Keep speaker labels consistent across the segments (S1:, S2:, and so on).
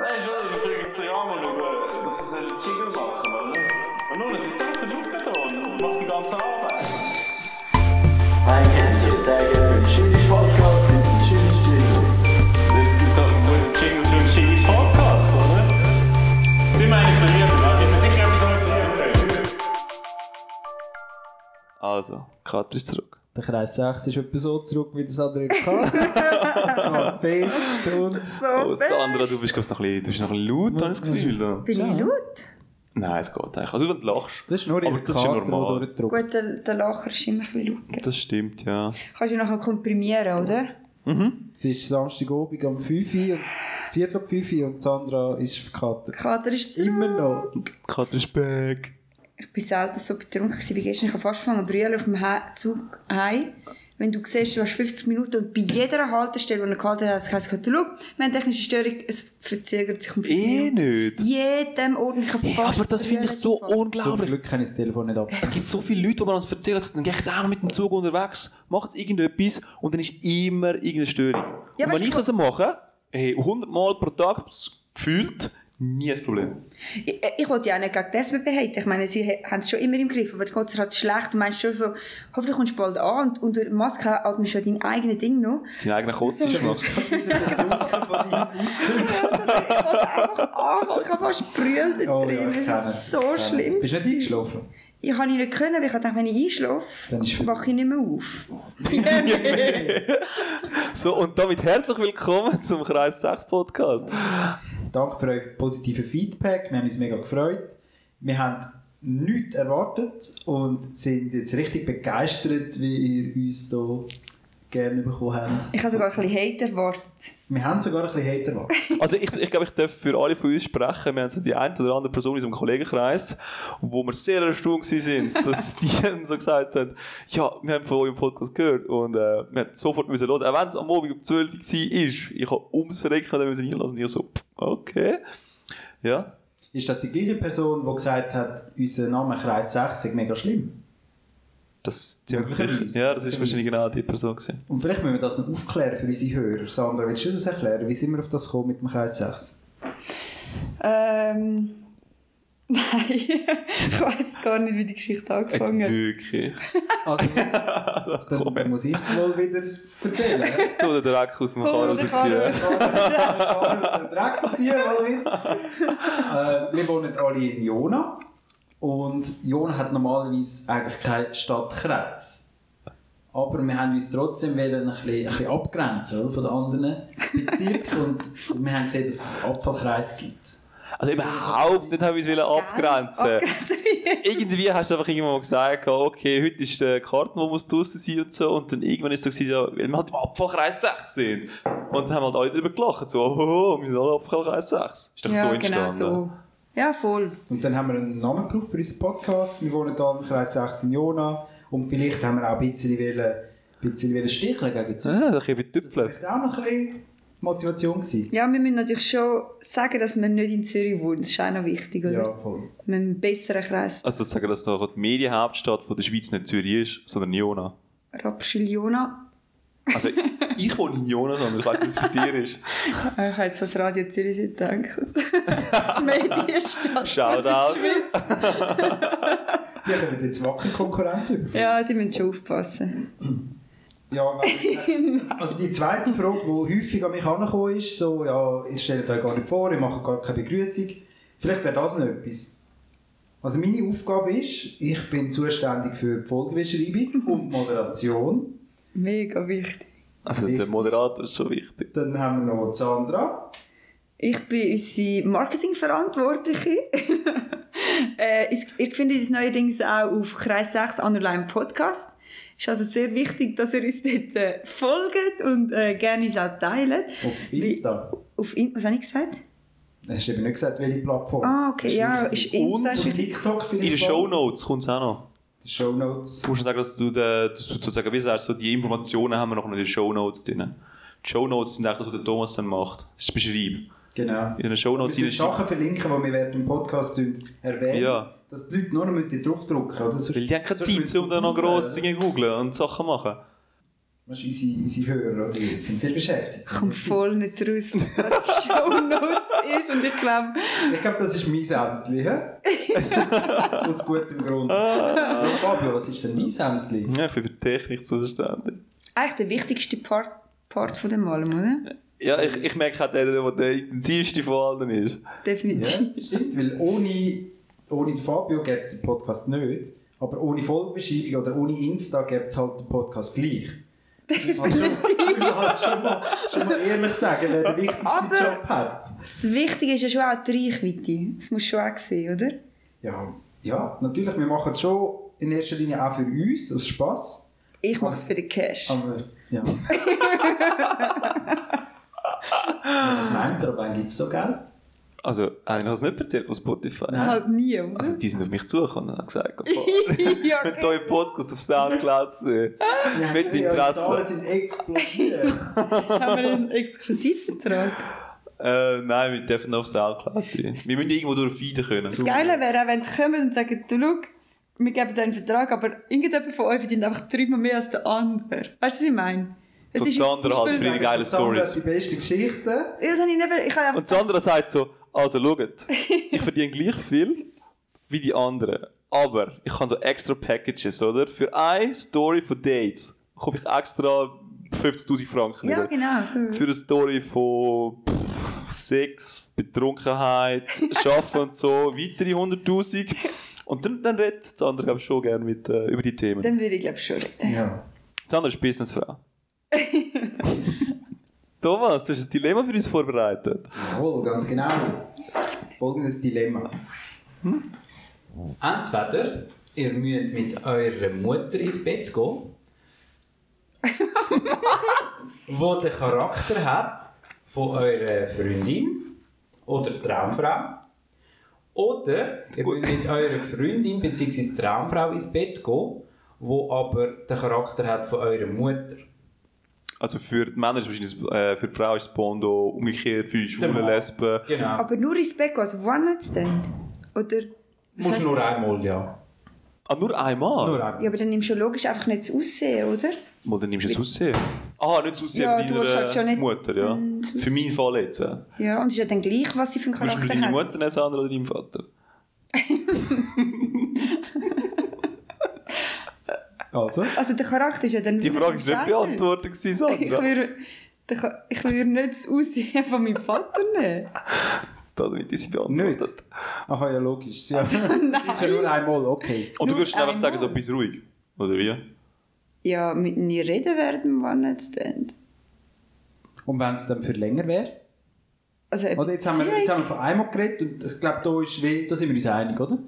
S1: Nein, schon, ich bringe jetzt den Rahmen über. Das ist ein Jingle machen, oder? Und nun, es ist selbst der Luke da und macht die ganze Arbeit.
S2: Nein, kennt ihr, sehr gerne. Chilisch Podcast mit dem Chilisch Chili.
S1: Jetzt gibt es halt so einen Jingle für einen Chili Podcast, oder? Die meine ich bei mir, da bin mir sicher, etwas anderes okay.
S3: Also, Kater ist zurück.
S4: Der Kreis 6 ist etwa so zurück, wie das andere kann. das war fest und
S3: Oh, Sandra, du bist glaub ich, noch ein bisschen, du bist noch ein bisschen laut, habe ich das Gefühl. Da.
S5: Bin ich laut?
S3: Nein, es geht eigentlich. Also, wenn du lachst.
S4: Das ist nur
S3: Aber
S4: ihr
S3: das ist ja
S4: Kater, der
S3: normal.
S4: durchdruckt.
S5: Gut, der, der Lacher ist immer ein bisschen lauter.
S3: Das stimmt, ja.
S5: Kannst du nachher komprimieren, oder?
S4: Es ist Samstagabend um 5 Uhr, und- Viertel ab 5 Uhr und Sandra ist verkatert.
S5: Kater ist zurück.
S4: Immer noch.
S3: Kater ist back.
S5: Ich bin selten so betrunken gewesen wie gestern. Ich habe fast angefangen zu brüllen auf dem He Zug heim. Wenn du siehst, du hast 50 Minuten und bei jeder Haltestelle, die er gehalten hat, hat es gesagt, schau, wir haben technische Störung, es verzögert sich um 5
S3: Eh
S5: Minuten.
S3: nicht.
S5: Jedem ordentlichen
S3: Hey, aber das finde ich so
S4: Zum
S3: unglaublich.
S4: Glück kann ich das Telefon nicht ab.
S3: Es gibt so viele Leute, die man uns erzählen, dass dann gehe ich jetzt auch noch mit dem Zug unterwegs, macht jetzt irgendetwas und dann ist immer irgendeine Störung.
S5: Ja,
S3: und
S5: weißt
S3: wenn
S5: du,
S3: ich das mache, hey, 100 Mal pro Tag s- gefühlt, nie ein Problem.
S5: Ich, ich wollte ja auch nicht gegen das behalten. Ich meine, sie he- haben es schon immer im Griff, aber Gott sei Dank schlecht. Du meinst schon so, hoffentlich kommst du bald an und unter Maske atmest du ja dein eigenes Ding noch.
S3: Dein eigener Kotz ist gemacht.
S5: Also, ich wollte einfach anfangen, ich habe fast brüllt.
S4: Oh ja,
S5: drin.
S4: ich kenne
S5: das
S4: es,
S5: ist so
S4: ich kenne es.
S5: schlimm.
S4: Bist du nicht eingeschlafen?
S5: Ich kann ihn nicht können, weil ich dachte, wenn ich einschlafe,
S4: Dann ist vorbei.
S5: wache ich nicht mehr auf.
S3: So, und damit herzlich willkommen zum Kreis 6 Podcast.
S4: Danke für euer positives Feedback. Wir haben uns mega gefreut. Wir haben nichts erwartet und sind jetzt richtig begeistert, wie ihr uns hier gerne bekommen habt.
S5: Ich habe sogar ein bisschen Hate erwartet.
S4: Wir haben sogar ein bisschen Hater erwartet.
S3: Also ich, ich glaube, ich darf für alle von uns sprechen. Wir haben so die eine oder andere Person in unserem Kollegenkreis, wo wir sehr erstaunt waren, dass die dann so gesagt haben, ja, wir haben von eurem Podcast gehört und äh, wir haben sofort müssen hören. Auch wenn es am Morgen um 12 Uhr war, ich habe ums Verrecken dann müssen reinlassen. Und ich so, pff, okay. Ja.
S4: Ist das die gleiche Person, die gesagt hat, unser Name Kreis 6 sei mega schlimm?
S3: Das, die haben
S4: Möglicherweise.
S3: sicher- ja, das ist wahrscheinlich genau die Person gewesen.
S4: Und vielleicht müssen wir das noch aufklären für unsere Hörer. Sandra, willst du das erklären? Wie sind wir auf das gekommen mit dem Kreis 6?
S5: Ähm, nein, ich weiß gar nicht, wie die Geschichte
S3: Jetzt
S5: angefangen hat.
S3: wirklich.
S4: Also, dann, dann muss ich es wohl wieder erzählen. hä?
S3: Du den Dreck aus dem
S5: Voll
S3: Karren
S5: den
S3: rausziehen.
S4: Ich kann den Dreck ziehen, mal wieder. äh, wir wohnen alle in Jona. Und Jona hat normalerweise eigentlich keinen Stadtkreis. Aber wir haben uns trotzdem wollen ein bisschen, ein bisschen abgrenzen oder, von den anderen Bezirken. und wir haben gesehen, dass es einen Abfallkreis gibt.
S3: Also überhaupt nicht haben wir uns abgrenzen Irgendwie hast du einfach irgendwann mal gesagt, okay, heute ist die Karte, die muss draussen sein und so. Und dann irgendwann ist es so, gewesen, ja, weil wir halt im Abfallkreis 6 sind. Und dann haben halt alle darüber gelacht. So, oh, wir sind alle Abfallkreis 6. Ist doch so
S5: genau
S3: entstanden.
S5: Ja, voll.
S4: Und dann haben wir einen Namen gebraucht für unseren Podcast. Wir wohnen hier im Kreis 6 in Jona. Und vielleicht haben wir auch ein bisschen, wollen, ein bisschen wollen sticheln gegen Zürich.
S3: Ah, da kann ich
S4: Das war
S3: tüpfeln.
S4: vielleicht auch noch ein bisschen Motivation. Gewesen.
S5: Ja, wir müssen natürlich schon sagen, dass wir nicht in Zürich wohnen. Das ist auch noch wichtig, oder?
S4: Ja, voll.
S5: Mit einem besseren Kreis.
S3: Also sagen, dass noch die Medienhauptstadt von der Schweiz nicht Zürich ist, sondern Jona.
S5: Rapschiliona.
S3: Also ich wohne in Jona, sondern ich weiß nicht, was es bei dir ist.
S5: Ich habe jetzt das Radio Zürich nicht gedacht. Medienstadt.
S3: Shoutout.
S4: Die kommen jetzt wacker Konkurrenz über.
S5: Ja, die müssen schon aufpassen.
S4: Ja, also die zweite Frage, die häufig an mich herangekommen ist, so, ja, ihr stellt euch gar nicht vor, ihr macht gar keine Begrüßung. Vielleicht wäre das noch etwas. Also meine Aufgabe ist, ich bin zuständig für die Folgebeschreibung und Moderation.
S5: Mega wichtig.
S3: Also der Moderator ist schon wichtig.
S4: Dann haben wir noch die Sandra.
S5: Ich bin unsere Marketingverantwortliche. äh, ich- ihr findet uns neuerdings auch auf Kreis 6 Online Podcast. Ist also sehr wichtig, dass ihr uns dort äh, folgt und äh, gerne uns auch teilt.
S4: Auf Insta.
S5: Auf In was habe ich gesagt?
S4: Hast du eben nicht gesagt, welche Plattform?
S5: Ah, okay,
S4: Ist
S5: ja,
S4: wichtig.
S5: ist Insta, ist
S4: Und
S5: wichtig.
S4: TikTok vielleicht
S3: In den
S4: auch.
S3: Shownotes kommt es auch noch.
S4: Die Shownotes.
S3: Du musst schon sagen, dass du, de, dass du sozusagen, wie sagst du, die Informationen haben wir noch in den Shownotes drin. Die Shownotes sind eigentlich das, was der Thomas dann macht. Das ist beschrieben.
S4: Genau.
S3: In den Shownotes
S4: wir tun
S3: reinschreiben.
S4: Sachen verlinken, die wir während dem Podcast tun, erwähnen,
S3: Ja.
S4: dass die Leute nur noch draufdrücken müssen. Oder? Sonst-
S3: Weil die haben keine
S4: sonst
S3: Zeit,
S4: müssen
S3: um dann noch gross
S4: googeln.
S3: Dinge googlen und Sachen machen.
S4: Weißt du, unsere, unsere Hörer oder, wir sind viel beschäftigt.
S5: Kommt voll nicht raus, was Show Notes ist. Und ich glaube,
S4: Ich glaube, das ist mein Sämtli. hä? Aus gutem Grund.
S3: Ah.
S4: Fabio, was ist denn dein Sämtli?
S3: Ja, ich bin für die Technik zuständig.
S5: eigentlich der wichtigste Part, Part von dem allem, oder?
S3: Ja, ich, ich merke halt der, der der intensivste von allen ist.
S4: Ja,
S5: Definitiv.
S4: das stimmt, weil ohne, ohne den Fabio gäbe es den Podcast nicht. Aber ohne Folgenbeschreibung oder ohne Insta gäbe es halt den Podcast gleich. Ich will halt schon mal, schon mal ehrlich sagen, wer den wichtigsten
S5: Aber-
S4: Job hat.
S5: Das Wichtige ist ja schon auch die Reichweite. Das musst du schon auch sehen, oder?
S4: Ja, ja, natürlich, wir machen es schon in erster Linie auch für uns, aus Spass.
S5: Ich mache es für den Cash.
S4: Aber, ja. Was meint ihr, wann gibt es so Geld?
S3: Also, einer hat es nicht erzählt von Spotify.
S5: Halt nie, oder?
S3: Also, die sind auf mich zugekommen und haben gesagt, oh,
S5: ja,
S3: mit
S5: okay.
S3: deinem Podcast auf Soundcloud sehen.
S4: Wir haben
S3: Mit
S4: gesehen, eure
S3: Interesse.
S4: Zahlen sind explodiert.
S5: Haben wir einen Exklusivvertrag?
S3: Äh, nein, wir dürfen noch auf Soundcloud sein. Wir müssen irgendwo durch Feeden können.
S5: Das Geile wäre auch, wenn sie kommen und sagen, du schau, wir geben dir einen Vertrag, aber irgendjemand von euch verdient einfach dreimal mehr als der andere. Weißt du, was ich meine? Es
S3: So
S5: ist
S3: das
S5: jetzt zum
S3: andere halt
S5: Beispiel-
S3: Viele geile
S4: Zusammen
S3: Stories.
S4: Die besten Geschichten.
S5: Ja, das habe ich nicht... Ich habe
S3: Und das andere sagt so, also schaut, ich verdiene gleich viel wie die anderen, aber ich kann so extra Packages, oder? Für eine Story von Dates komme ich extra 50'000 Franken
S5: ja,
S3: über.
S5: genau. So.
S3: Für eine Story von pff, Sex, Betrunkenheit, Schaffen und so, weitere 100'000. Und dann, dann redet das andere glaub ich, schon gerne mit, äh, über die Themen.
S5: Dann würde ich, glaube ich, schon reden.
S4: Ja.
S3: Das andere ist Businessfrau. Thomas, du hast ein Dilemma für uns vorbereitet.
S4: Jawohl, ganz genau. Folgendes Dilemma.
S5: Hm?
S6: Entweder ihr müsst mit eurer Mutter ins Bett gehen, wo den Charakter hat von eurer Freundin oder Traumfrau. Oder ihr müsst mit eurer Freundin bzw. Traumfrau ins Bett gehen, wo aber den Charakter hat von eurer Mutter.
S3: Also für die Männer ist es wahrscheinlich, äh, für die Frau ist es Bondo, umgekehrt für die Schwulen,
S6: Mann.
S3: Lesben.
S6: Genau.
S5: Aber nur ins Bett gehen, also One-Night-Stand? Oder... was
S6: Musst
S5: heisst
S6: nur
S5: das?
S6: einmal, ja.
S3: Ah, nur einmal?
S6: Nur einmal.
S5: Ja, aber dann nimmst du ja logisch einfach nicht das Aussehen, oder?
S3: Mal, dann nimmst du das Aussehen. Ah, nicht das Aussehen
S5: Ja,
S3: von
S5: du
S3: deiner
S5: willst halt schon nicht-
S3: Mutter, ja.
S5: Mm, das
S3: Für meinen Fall jetzt. Äh.
S5: Ja, und es ist ja dann gleich, was sie für einen
S3: Würdest du
S5: Charakter
S3: deine
S5: hat.
S3: Mutter nehmen, Sandra, oder deinem Vater?
S4: Also?
S5: Also der Charakter ist ja dann...
S3: Die Frage ist nicht beantwortet, gewesen,
S5: Ich
S3: Sandra.
S5: würde, den Cha- ich würde nicht das Aussehen von meinem Vater nehmen.
S3: Damit ist sie
S4: Nicht?
S3: beantwortet.
S4: Aha, ja, logisch. Ja.
S5: Also,
S4: Das ist ja nur einmal, okay.
S3: Und du
S5: Nur
S3: würdest einfach sagen, so
S5: einmal.
S3: bist ruhig. Oder wie?
S5: Ja, mit nie reden werden, wann jetzt denn?
S4: Und wenn es dann für länger wäre?
S5: Also eine
S4: Oder jetzt haben, wir,
S5: Beziehung-
S4: jetzt haben wir von einmal geredet und ich glaube, da, ist wie- da sind wir uns einig, oder?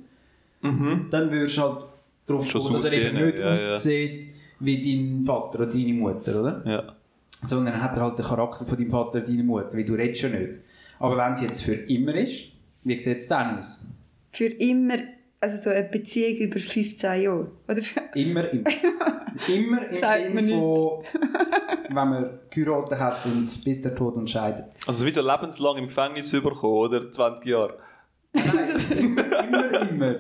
S5: Mhm.
S4: Dann würdest du halt darauf
S3: Schon
S4: schauen, dass er eben
S3: aussehen,
S4: nicht
S3: ja, ja.
S4: aussieht wie dein Vater oder deine Mutter, oder?
S3: Ja.
S4: sondern hat er halt den Charakter von deinem Vater oder deiner Mutter, weil du redest ja nicht. Aber wenn es jetzt für immer ist, wie sieht es dann aus?
S5: Für immer, also so eine Beziehung über 15 Jahre. Oder für,
S4: Immer im, immer im
S5: Sagt
S4: Sinn
S5: man nicht.
S4: von, wenn man geheiratet hat und bis der Tod uns scheidet.
S3: Also wie so lebenslang im Gefängnis überkommen, oder? 20 Jahre.
S4: Nein, immer, immer.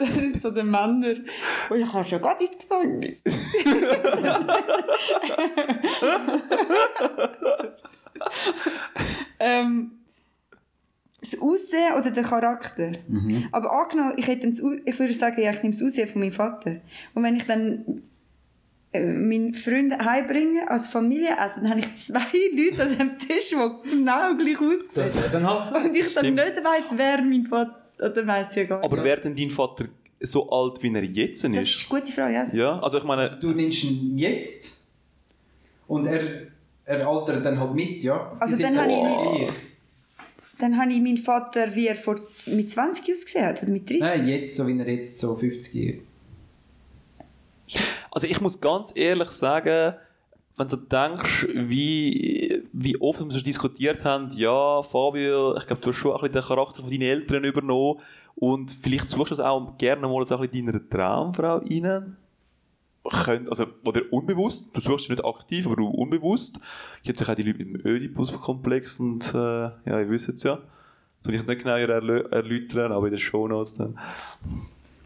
S5: das ist so der Männer, oh, ich kann schon gerade ins Gefängnis. ähm, das Aussehen oder der Charakter?
S3: Mhm.
S5: Aber angenommen, ich, hätte dann das, Au- ich würde sagen, ja, ich nehme das Aussehen von meinem Vater. Und wenn ich dann äh, meinen Freund heimbringe, als Familienessen, dann habe ich zwei Leute an diesem Tisch, die genau gleich
S6: Das
S5: aussehen.
S6: wäre dann halt so.
S5: Und ich dann
S3: Stimmt.
S5: nicht weiss, wer mein Vater... Oder weiss ich ja gar nicht.
S3: Aber wäre denn dein Vater so alt, wie er jetzt
S5: Das ist
S3: ist?
S5: eine gute Frage, ja.
S3: Ja, also ich meine,
S4: Du nimmst ihn jetzt und er, er altert dann halt mit, ja? Sie
S5: Also
S4: sind
S5: dann habe ich-
S4: alle gleich.
S5: Dann habe ich meinen Vater, wie er vor, mit 20 ausgesehen hat, oder mit 30.
S4: Nein, jetzt, so wie er jetzt so 50 ist.
S3: Also ich muss ganz ehrlich sagen, wenn du denkst, wie, wie oft wir schon diskutiert haben, ja, Fabio, ich glaube, du hast schon ein bisschen den Charakter von deinen Eltern übernommen und vielleicht suchst du es auch gerne mal so ein bisschen deiner Traumfrau rein. Könnt, also, oder unbewusst, du suchst sie nicht aktiv, aber du unbewusst. Ich habe auch die Leute mit dem Oedipus-Komplex und äh, ja, ihr wisst es ja. Das will ich jetzt nicht genauer erlö- erläutern, aber in den Shownotes dann.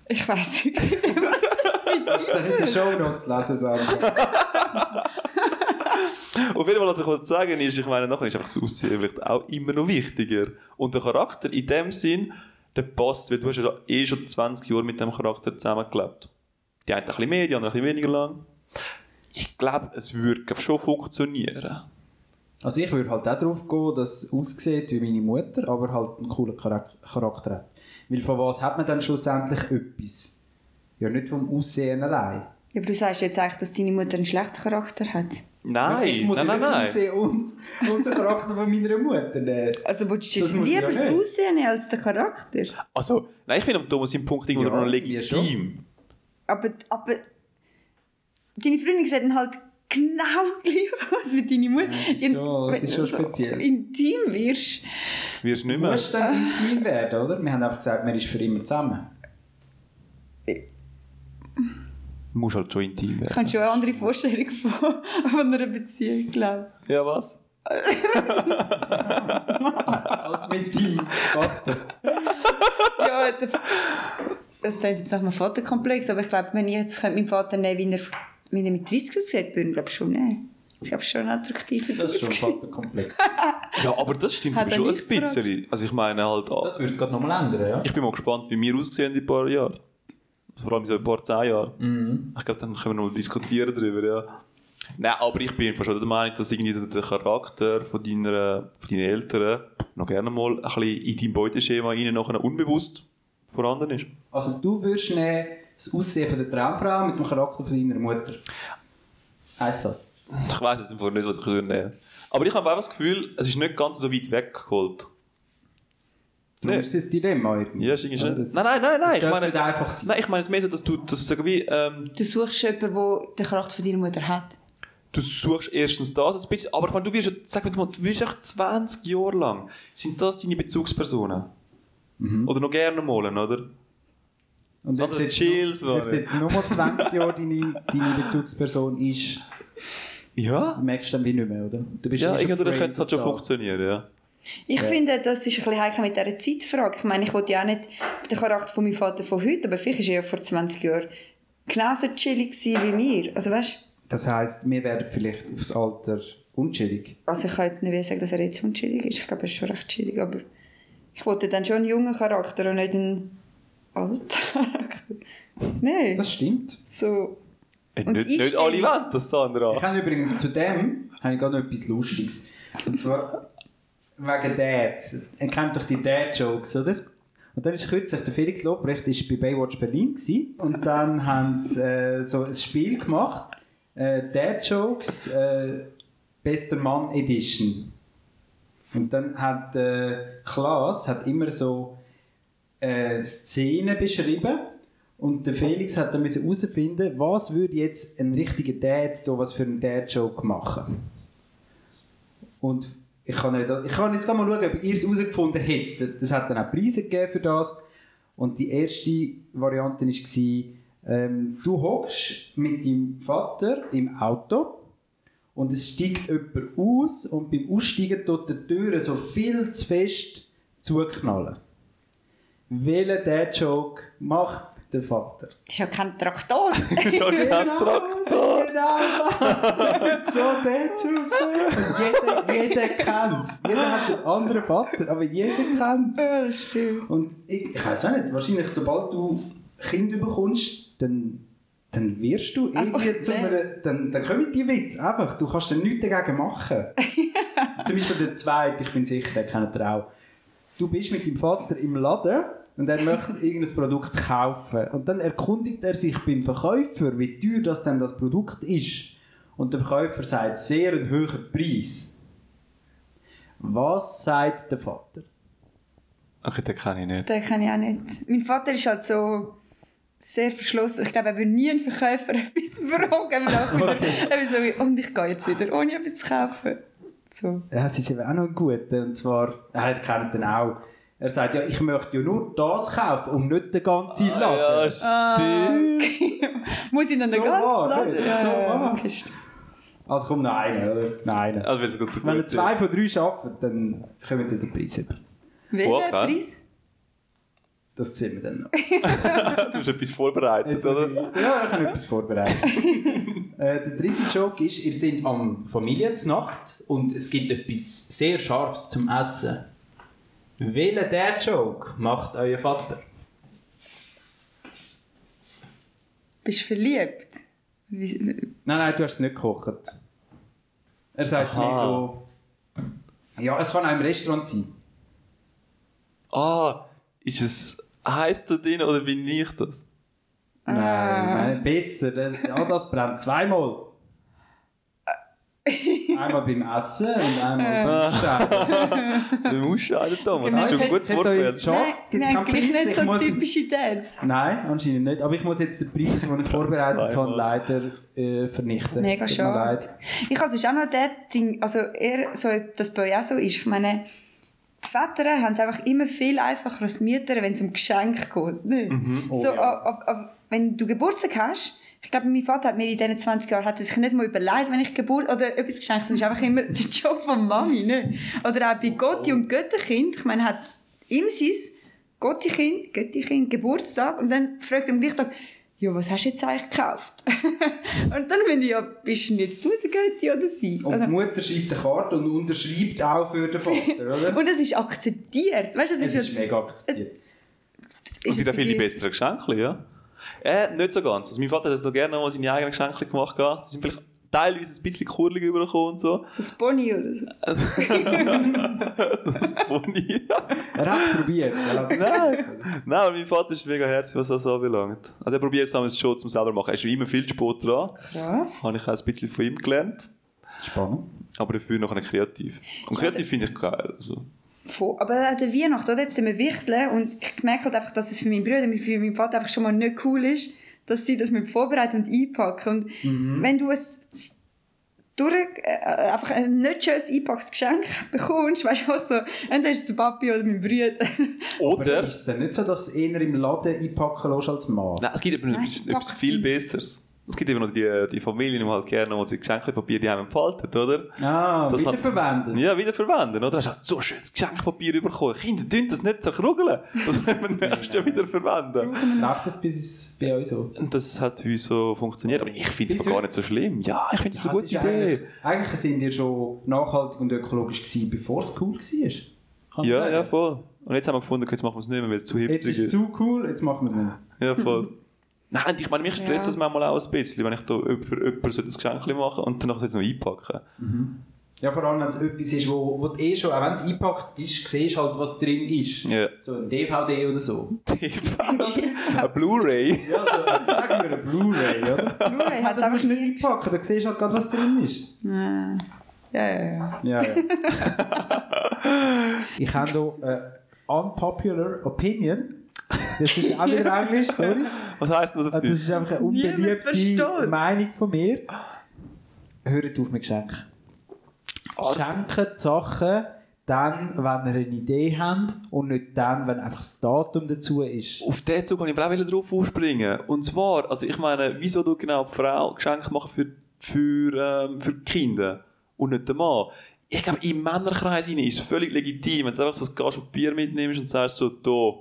S5: Ich weiß nicht, was das
S4: Soll ich die Show noch lesen, Sandra?
S3: Auf jeden Fall, was ich wollte sagen ist, ich meine, nachher ist einfach das Aussehen vielleicht auch immer noch wichtiger. Und der Charakter in dem Sinn, der passt, weil du hast ja eh schon 20 Jahre mit dem Charakter zusammengelebt. Die einen ein bisschen mehr, die anderen ein bisschen weniger lang. Ich glaube, es würde glaub, schon funktionieren.
S4: Also ich würde halt auch darauf gehen, dass es aussieht wie meine Mutter, aber halt einen coolen Charak Charakter hat. Weil von was hat man dann schlussendlich etwas? Ja, nicht vom Aussehen allein.
S5: Aber du sagst jetzt eigentlich, dass deine Mutter einen schlechten Charakter hat.
S3: Nein,
S4: ich muss
S3: nein,
S4: ja
S3: nein,
S4: nicht das
S3: nein.
S4: Aussehen und, und den Charakter von meiner Mutter nehmen.
S5: Also willst du
S4: Das
S5: jetzt
S4: muss ich
S5: lieber
S4: ja
S5: das
S4: nicht.
S5: Aussehen nehmen als den Charakter?
S3: Also, nein, ich finde am Thomas im Punkt irgendwo
S4: Ja,
S3: noch
S4: irgendwie schon.
S3: legitim.
S5: Aber, aber deine Freundin sehen halt genau gleich aus wie deine Mutter.
S4: ist
S5: In-
S4: schon- das ist schon
S5: wenn du so
S4: speziell.
S5: Intim wirst.
S3: Wirst du nicht
S4: Du
S3: mehr.
S4: musst dann intim werden, oder? Wir haben einfach gesagt, man ist für immer zusammen.
S3: Musst halt schon intim
S5: Ich
S3: werden.
S5: habe schon eine andere Vorstellung von, von einer Beziehung, glaube
S3: Ja, was?
S4: Als mit deinem Vater.
S5: ich. Ja, der, das klingt jetzt nach einem Vaterkomplex, aber ich glaube, wenn ich jetzt könnte meinen Vater nehmen könnte, wenn er, wenn er mit 30 aussieht, würde ich glaube ich, schon nehmen. Ich glaube schon attraktiver.
S4: Das ist schon ein Vaterkomplex.
S3: Ja, aber das stimmt
S5: Hat
S3: aber
S5: er
S3: schon ein
S5: nicht gefragt?
S3: bisschen. Also, ich meine halt,
S6: Das würde es gerade nochmal ändern, ja?
S3: ich bin mal gespannt, wie wir aussehen in ein paar Jahren. Also Vor allem in so ein paar zehn Jahren.
S6: Mhm.
S3: Ich glaube, dann können wir noch mal diskutieren darüber, ja. Nein, aber ich bin schon der Meinung, dass irgendwie so der Charakter von, deiner, von deinen Eltern noch gerne mal ein bisschen in dein Beuteschema rein, nachher unbewusst vorhanden ist.
S4: Also du würdest nehmen, das Aussehen von der Traumfrau mit dem Charakter von deiner Mutter. Heißt das?
S3: Ich weiß jetzt einfach nicht, was ich nehmen würde. Aber ich habe einfach das Gefühl, es ist nicht ganz so weit weggeholt.
S4: Du
S3: Nee.
S4: ist das Dilemma irgendwie.
S3: Ja, ist irgendwie
S4: Oder?
S3: schon-
S4: Das
S3: Nein, nein, nein, nein,
S4: das
S3: ich
S4: darf
S3: meine-
S4: nicht einfach sein.
S3: Nein, ich meine jetzt mehr so, dass du, dass du sagen wie, ähm,
S5: Du suchst jemanden, der den Charakter von deiner Mutter hat.
S3: du suchst erstens das ein bisschen, aber ich meine, du wirst, ja- sag mir mal, du wirst echt 20 Jahre lang, sind das deine Bezugspersonen? Oder noch gerne malen, oder?
S4: Und
S3: Sondern chills,
S4: ob es
S3: Mann.
S4: jetzt nur mal 20 Jahre deine, deine Bezugsperson ist,
S3: Ja.
S4: merkst du dann wie nicht mehr, oder? Du bist
S3: Ja,
S4: eh schon
S3: irgendwann
S4: framed
S3: könnte es halt schon
S4: auf das.
S3: funktionieren, ja.
S5: Ich finde, das ist ein bisschen heikel mit dieser Zeitfrage. Ich meine, ich wollte ja auch nicht den Charakter von meinem Vater von heute, aber vielleicht war er ja vor 20 Jahren genauso chillig gewesen wie mir. Also weißt
S4: Das heisst, wir werden vielleicht aufs Alter unschädig.
S5: also ich kann jetzt nicht sagen, dass er jetzt unchillig ist. Ich glaube, er ist schon recht chillig, aber ich wollte dann schon einen jungen Charakter und nicht einen alten Charakter. Nein,
S4: Das stimmt.
S5: so...
S3: Hey,
S5: Und
S3: Äh, nicht,
S5: ich
S3: nicht alle
S5: stelle-
S3: wollen das,
S4: Ich
S3: Sandra.
S4: habe übrigens zu dem habe ich gerade noch etwas Lustiges. Und zwar wegen Dad. Ihr kennt doch die Dad-Jokes, oder? Und dann ist kürzlich der Felix Lobrecht ist bei Baywatch Berlin gewesen. und dann haben sie äh, so ein Spiel gemacht. Äh, Dad-Jokes, äh, Bester Mann Edition. Und dann hat äh, Klaas hat immer so äh, Szenen beschrieben und der Felix hat dann müssen herausfinden, was würde jetzt ein richtiger Dad da was für einen Dad-Joke machen. Und ich kann, nicht, ich kann jetzt gerade mal schauen, ob ihr es herausgefunden hättet. Das hat dann auch Preise gegeben für das. Und die erste Variante war, ähm, du hockst mit deinem Vater im Auto und es steigt jemand aus und beim Aussteigen tut die Türe so viel zu fest zuknallen. Welchen der Joke macht der Vater?
S5: Das ist ja kein Traktor.
S3: Schon kein Traktor.
S4: das ist genau das. So der Joke. Und jeder, jeder kennt es. Jeder hat einen anderen Vater, aber jeder kennt es.
S5: ja, das stimmt.
S4: Und ich, ich weiß auch nicht, wahrscheinlich sobald du Kinder bekommst, dann, dann wirst du irgendwie
S5: Einfach
S4: zu
S5: der.
S4: einem, dann, dann kommen die Witze einfach, du kannst dann nichts dagegen machen. Zum Beispiel der zweite, ich bin sicher, der kennt ihr auch. Du bist mit deinem Vater im Laden und er möchte irgendein Produkt kaufen. Und dann erkundigt er sich beim Verkäufer, wie teuer das denn das Produkt ist. Und der Verkäufer sagt, sehr einen hohen Preis. Was sagt der Vater?
S3: Okay, den kann ich nicht.
S5: Den kann ich auch nicht. Mein Vater ist halt so sehr verschlossen. Ich glaube, er würde nie einen Verkäufer etwas fragen. Weil auch wieder, er ist so, wie, und ich gehe jetzt wieder, ohne etwas zu kaufen. So.
S4: Ja, es ist eben auch noch ein guter. Und zwar, er kennt den auch. Er sagt ja, ich möchte ja nur das kaufen und nicht den ganzen Laden.
S3: Ah, Ja, stimmt.
S5: Muss ich dann
S4: So
S5: den ganzen
S4: wahr,
S5: Laden?
S4: gell? So wahr. Also kommt noch einer, oder? Noch einer.
S3: Also, wenn es gut so
S4: Wenn ihr
S3: gut
S4: zwei
S3: ist.
S4: von drei schafft, dann kommen die den Preis über.
S5: Welcher
S3: Okay.
S5: Preis?
S4: Das sehen wir dann noch.
S3: Du hast etwas vorbereitet,
S4: Jetzt,
S3: oder?
S4: muss ich- ja, ich habe etwas vorbereitet. äh, der dritte Joke ist, ihr seid am Familienznacht und es gibt etwas sehr Scharfes zum Essen. Welchen der Joke macht euer Vater?
S5: Bist du verliebt? Wie-
S4: Nein, nein, du hast es nicht gekocht. Er sagt es
S3: Aha.
S4: mir so. Ja, es kann auch im Restaurant sein.
S3: Ah, ist es heiß da drin oder bin ich das?
S5: Ah.
S4: Nein, nein, besser. Das, ja, das brennt zweimal. Einmal beim Essen und einmal beim
S5: Ah.
S4: Scheren.
S3: Du musst einen Thomas, das ist schon ein gutes Wort. gewählt.
S5: Nein,
S4: Chance, es gibt
S5: wir
S4: keinen
S5: haben gleich
S4: Blitz.
S5: nicht
S4: Ich
S5: so
S4: muss
S5: typische Dates.
S4: Nein, anscheinend nicht. Aber ich muss jetzt den Preis, den ich vorbereitet habe,
S3: Zweimal.
S4: leider äh, vernichten.
S5: Mega
S4: Tut mir
S5: schade.
S4: leid.
S5: Ich habe sonst auch noch Dating, also eher so, dass bei euch auch so ist. Ich meine, die Väter haben es einfach immer viel einfacher als die Mütter, wenn es um Geschenke geht. Nicht? so,
S4: Mhm. Oh
S5: oh,
S4: ja.
S5: ab- ab- ab- wenn du Geburtstag hast, ich glaube, mein Vater hat mir in diesen 20 Jahren hat er sich nicht mal überlegt, wenn ich Geburt oder etwas geschenkt habe. Das ist einfach immer der Job von Mami. Ne? Oder auch bei Gotti und Götterkind. Ich meine, hat ihm sein Gottikind, Göttikind Geburtstag und dann fragt er am gleichen Tag, ja, was hast du jetzt eigentlich gekauft? und dann bin ich ja, bist denn jetzt du der Götti oder sie?
S4: Und
S5: Also-
S4: die Mutter schreibt eine Karte und unterschreibt auch für den Vater, oder?
S5: und es ist akzeptiert. Weißt du, es
S4: Es
S5: ist,
S4: ist
S5: ja-
S4: mega akzeptiert.
S3: Und sind
S5: es
S3: auch viel die
S5: bei-
S3: besseren Geschenke, ja? Äh, nicht so ganz. Also mein Vater hat so gerne mal seine eigenen Geschenke gemacht. gehabt. Sie sind vielleicht teilweise ein bisschen kurlig übergekommen und so.
S5: So ein Pony oder so.
S3: Also- das Pony.
S4: Er hat es probiert. Er hat-
S3: Nein, Nein, aber mein Vater ist mega herzig, was das anbelangt. Also er probiert es damals schon zum selber machen. Er ist schon immer viel Sport dran.
S5: Krass.
S3: Habe ich auch ein bisschen von ihm gelernt.
S4: Spannend.
S3: Aber dafür noch ein kreativ. Und kreativ finde ich geil. Also.
S5: Voll. Aber an der Weihnacht, oder? jetzt sind wir wichteln und ich merke halt einfach, dass es für meinen Bruder und für meinen Vater einfach schon mal nicht cool ist, dass sie das mit vorbereiten und einpacken. Und wenn du es durch, äh, einfach ein nicht schönes eingepacktes Geschenk bekommst, weißt du auch so, entweder ist es der Papi oder mein Bruder.
S3: Oder?
S4: Aber ist es denn nicht so, dass du eher im Laden einpacken lässt als Mann?
S3: Nein, es gibt eben
S5: Nein,
S3: etwas,
S5: sie packen
S3: etwas viel
S5: sie.
S3: Besseres. Es gibt eben noch die, die Familien, die halt gerne mal die Geschenkpapier die haben behalten, oder?
S4: Ah,
S3: Das hat-
S4: wiederverwendet.
S3: Ja, wiederverwenden, oder? Hast halt so schönes Geschenkpapier bekommen. Kinder, tun das nicht zerkrugeln. Das können wir nächstes Jahr wieder verwenden.
S4: Läuft das bis bei euch so?
S3: Und Das hat uns so funktioniert. Aber ich finde es
S4: Wieso?
S3: gar nicht so schlimm. Ja, ich finde es eine
S4: Ja, es
S3: gute
S4: Also
S3: Idee.
S4: ist eigentlich, eigentlich sind ihr schon nachhaltig und ökologisch gewesen, bevor es cool war. Kann
S3: Ja,
S4: man
S3: ja,
S4: sagen.
S3: voll. Und jetzt haben wir gefunden, okay, jetzt machen wir es nicht mehr, weil es zu
S4: Jetzt
S3: hipstrig
S4: ist es
S3: ist.
S4: zu cool, jetzt machen wir es nicht.
S3: Ja, voll. Nein, ich meine, mich stresst
S5: Ja.
S3: das manchmal auch ein bisschen, wenn ich da für jemanden so ein Geschenk machen und danach es noch einpacken.
S4: Ja, vor allem wenn es etwas ist, wo, wo du eh schon, auch wenn es eingepackt ist, siehst halt, was drin ist.
S3: Ja.
S4: So ein DVD oder so.
S3: Eine Blu-ray.
S4: Ja, so, sagen wir eine Blu-ray, oder?
S5: Blu-ray hat's
S4: Das musst
S5: einfach
S4: du nicht einpacken, da siehst du halt gerade, was drin ist.
S5: Ja, ja, ja.
S4: Ja, ja. ich habe hier eine unpopular opinion. Das ist auch wieder Englisch, sorry.
S3: Was heisst denn das auf
S4: Ah, Das
S3: Deutsch?
S4: ist einfach eine
S5: Niemand
S4: unbeliebte
S5: versteht's.
S4: Meinung von mir. Hört auf mit Geschenken. Schenkt die Sachen dann, wenn ihr eine Idee habt und nicht dann, wenn einfach das Datum dazu ist.
S3: Auf den Zug kann ich auch drauf aufspringen. Und zwar, also ich meine, wieso du genau die Frau Geschenke machen für, für, ähm, für die Kinder und nicht den Mann? Ich glaube, im Männerkreis hinein ist es völlig legitim, wenn du einfach so ein Glas Papier mitnimmst und sagst so, da,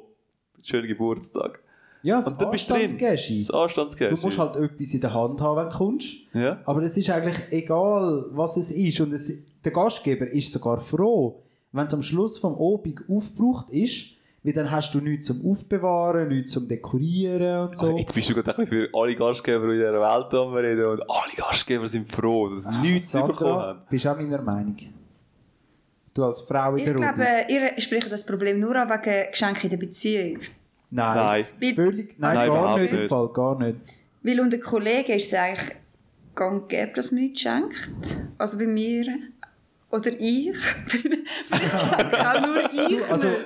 S3: schönen Geburtstag.
S4: Ja, das
S3: Und dann bist du drin.
S4: Anstandsgäschi.
S3: Das Anstandsgeld.
S4: Du musst halt etwas in der Hand haben, wenn du kommst.
S3: Ja?
S4: Aber es ist eigentlich egal, was es ist. Und es, der Gastgeber ist sogar froh, wenn es am Schluss vom Obig aufgebraucht ist, weil dann hast du nichts zum Aufbewahren, nichts zum Dekorieren und so.
S3: Also jetzt bist du gerade ein bisschen für alle Gastgeber in dieser Welt am Reden und alle Gastgeber sind froh, dass sie nichts
S4: Ah, Sandra,
S3: bekommen haben.
S4: bist auch meiner Meinung. Du als Frau in
S5: Ich
S4: der
S5: glaube,
S4: Runde.
S5: ihr sprecht das Problem nur an wegen Geschenken in der Beziehung.
S4: Nein.
S5: Nein.
S4: Völlig, nein,
S3: Nein,
S4: gar
S3: überhaupt
S4: nicht. im
S3: nicht.
S4: Fall, gar nicht.
S5: Weil unter Kollegen ist es eigentlich gang und gäbe, dass man nichts schenkt. Also bei mir. Oder ich. Vielleicht schenke auch nur ich.
S4: Also,
S5: nicht.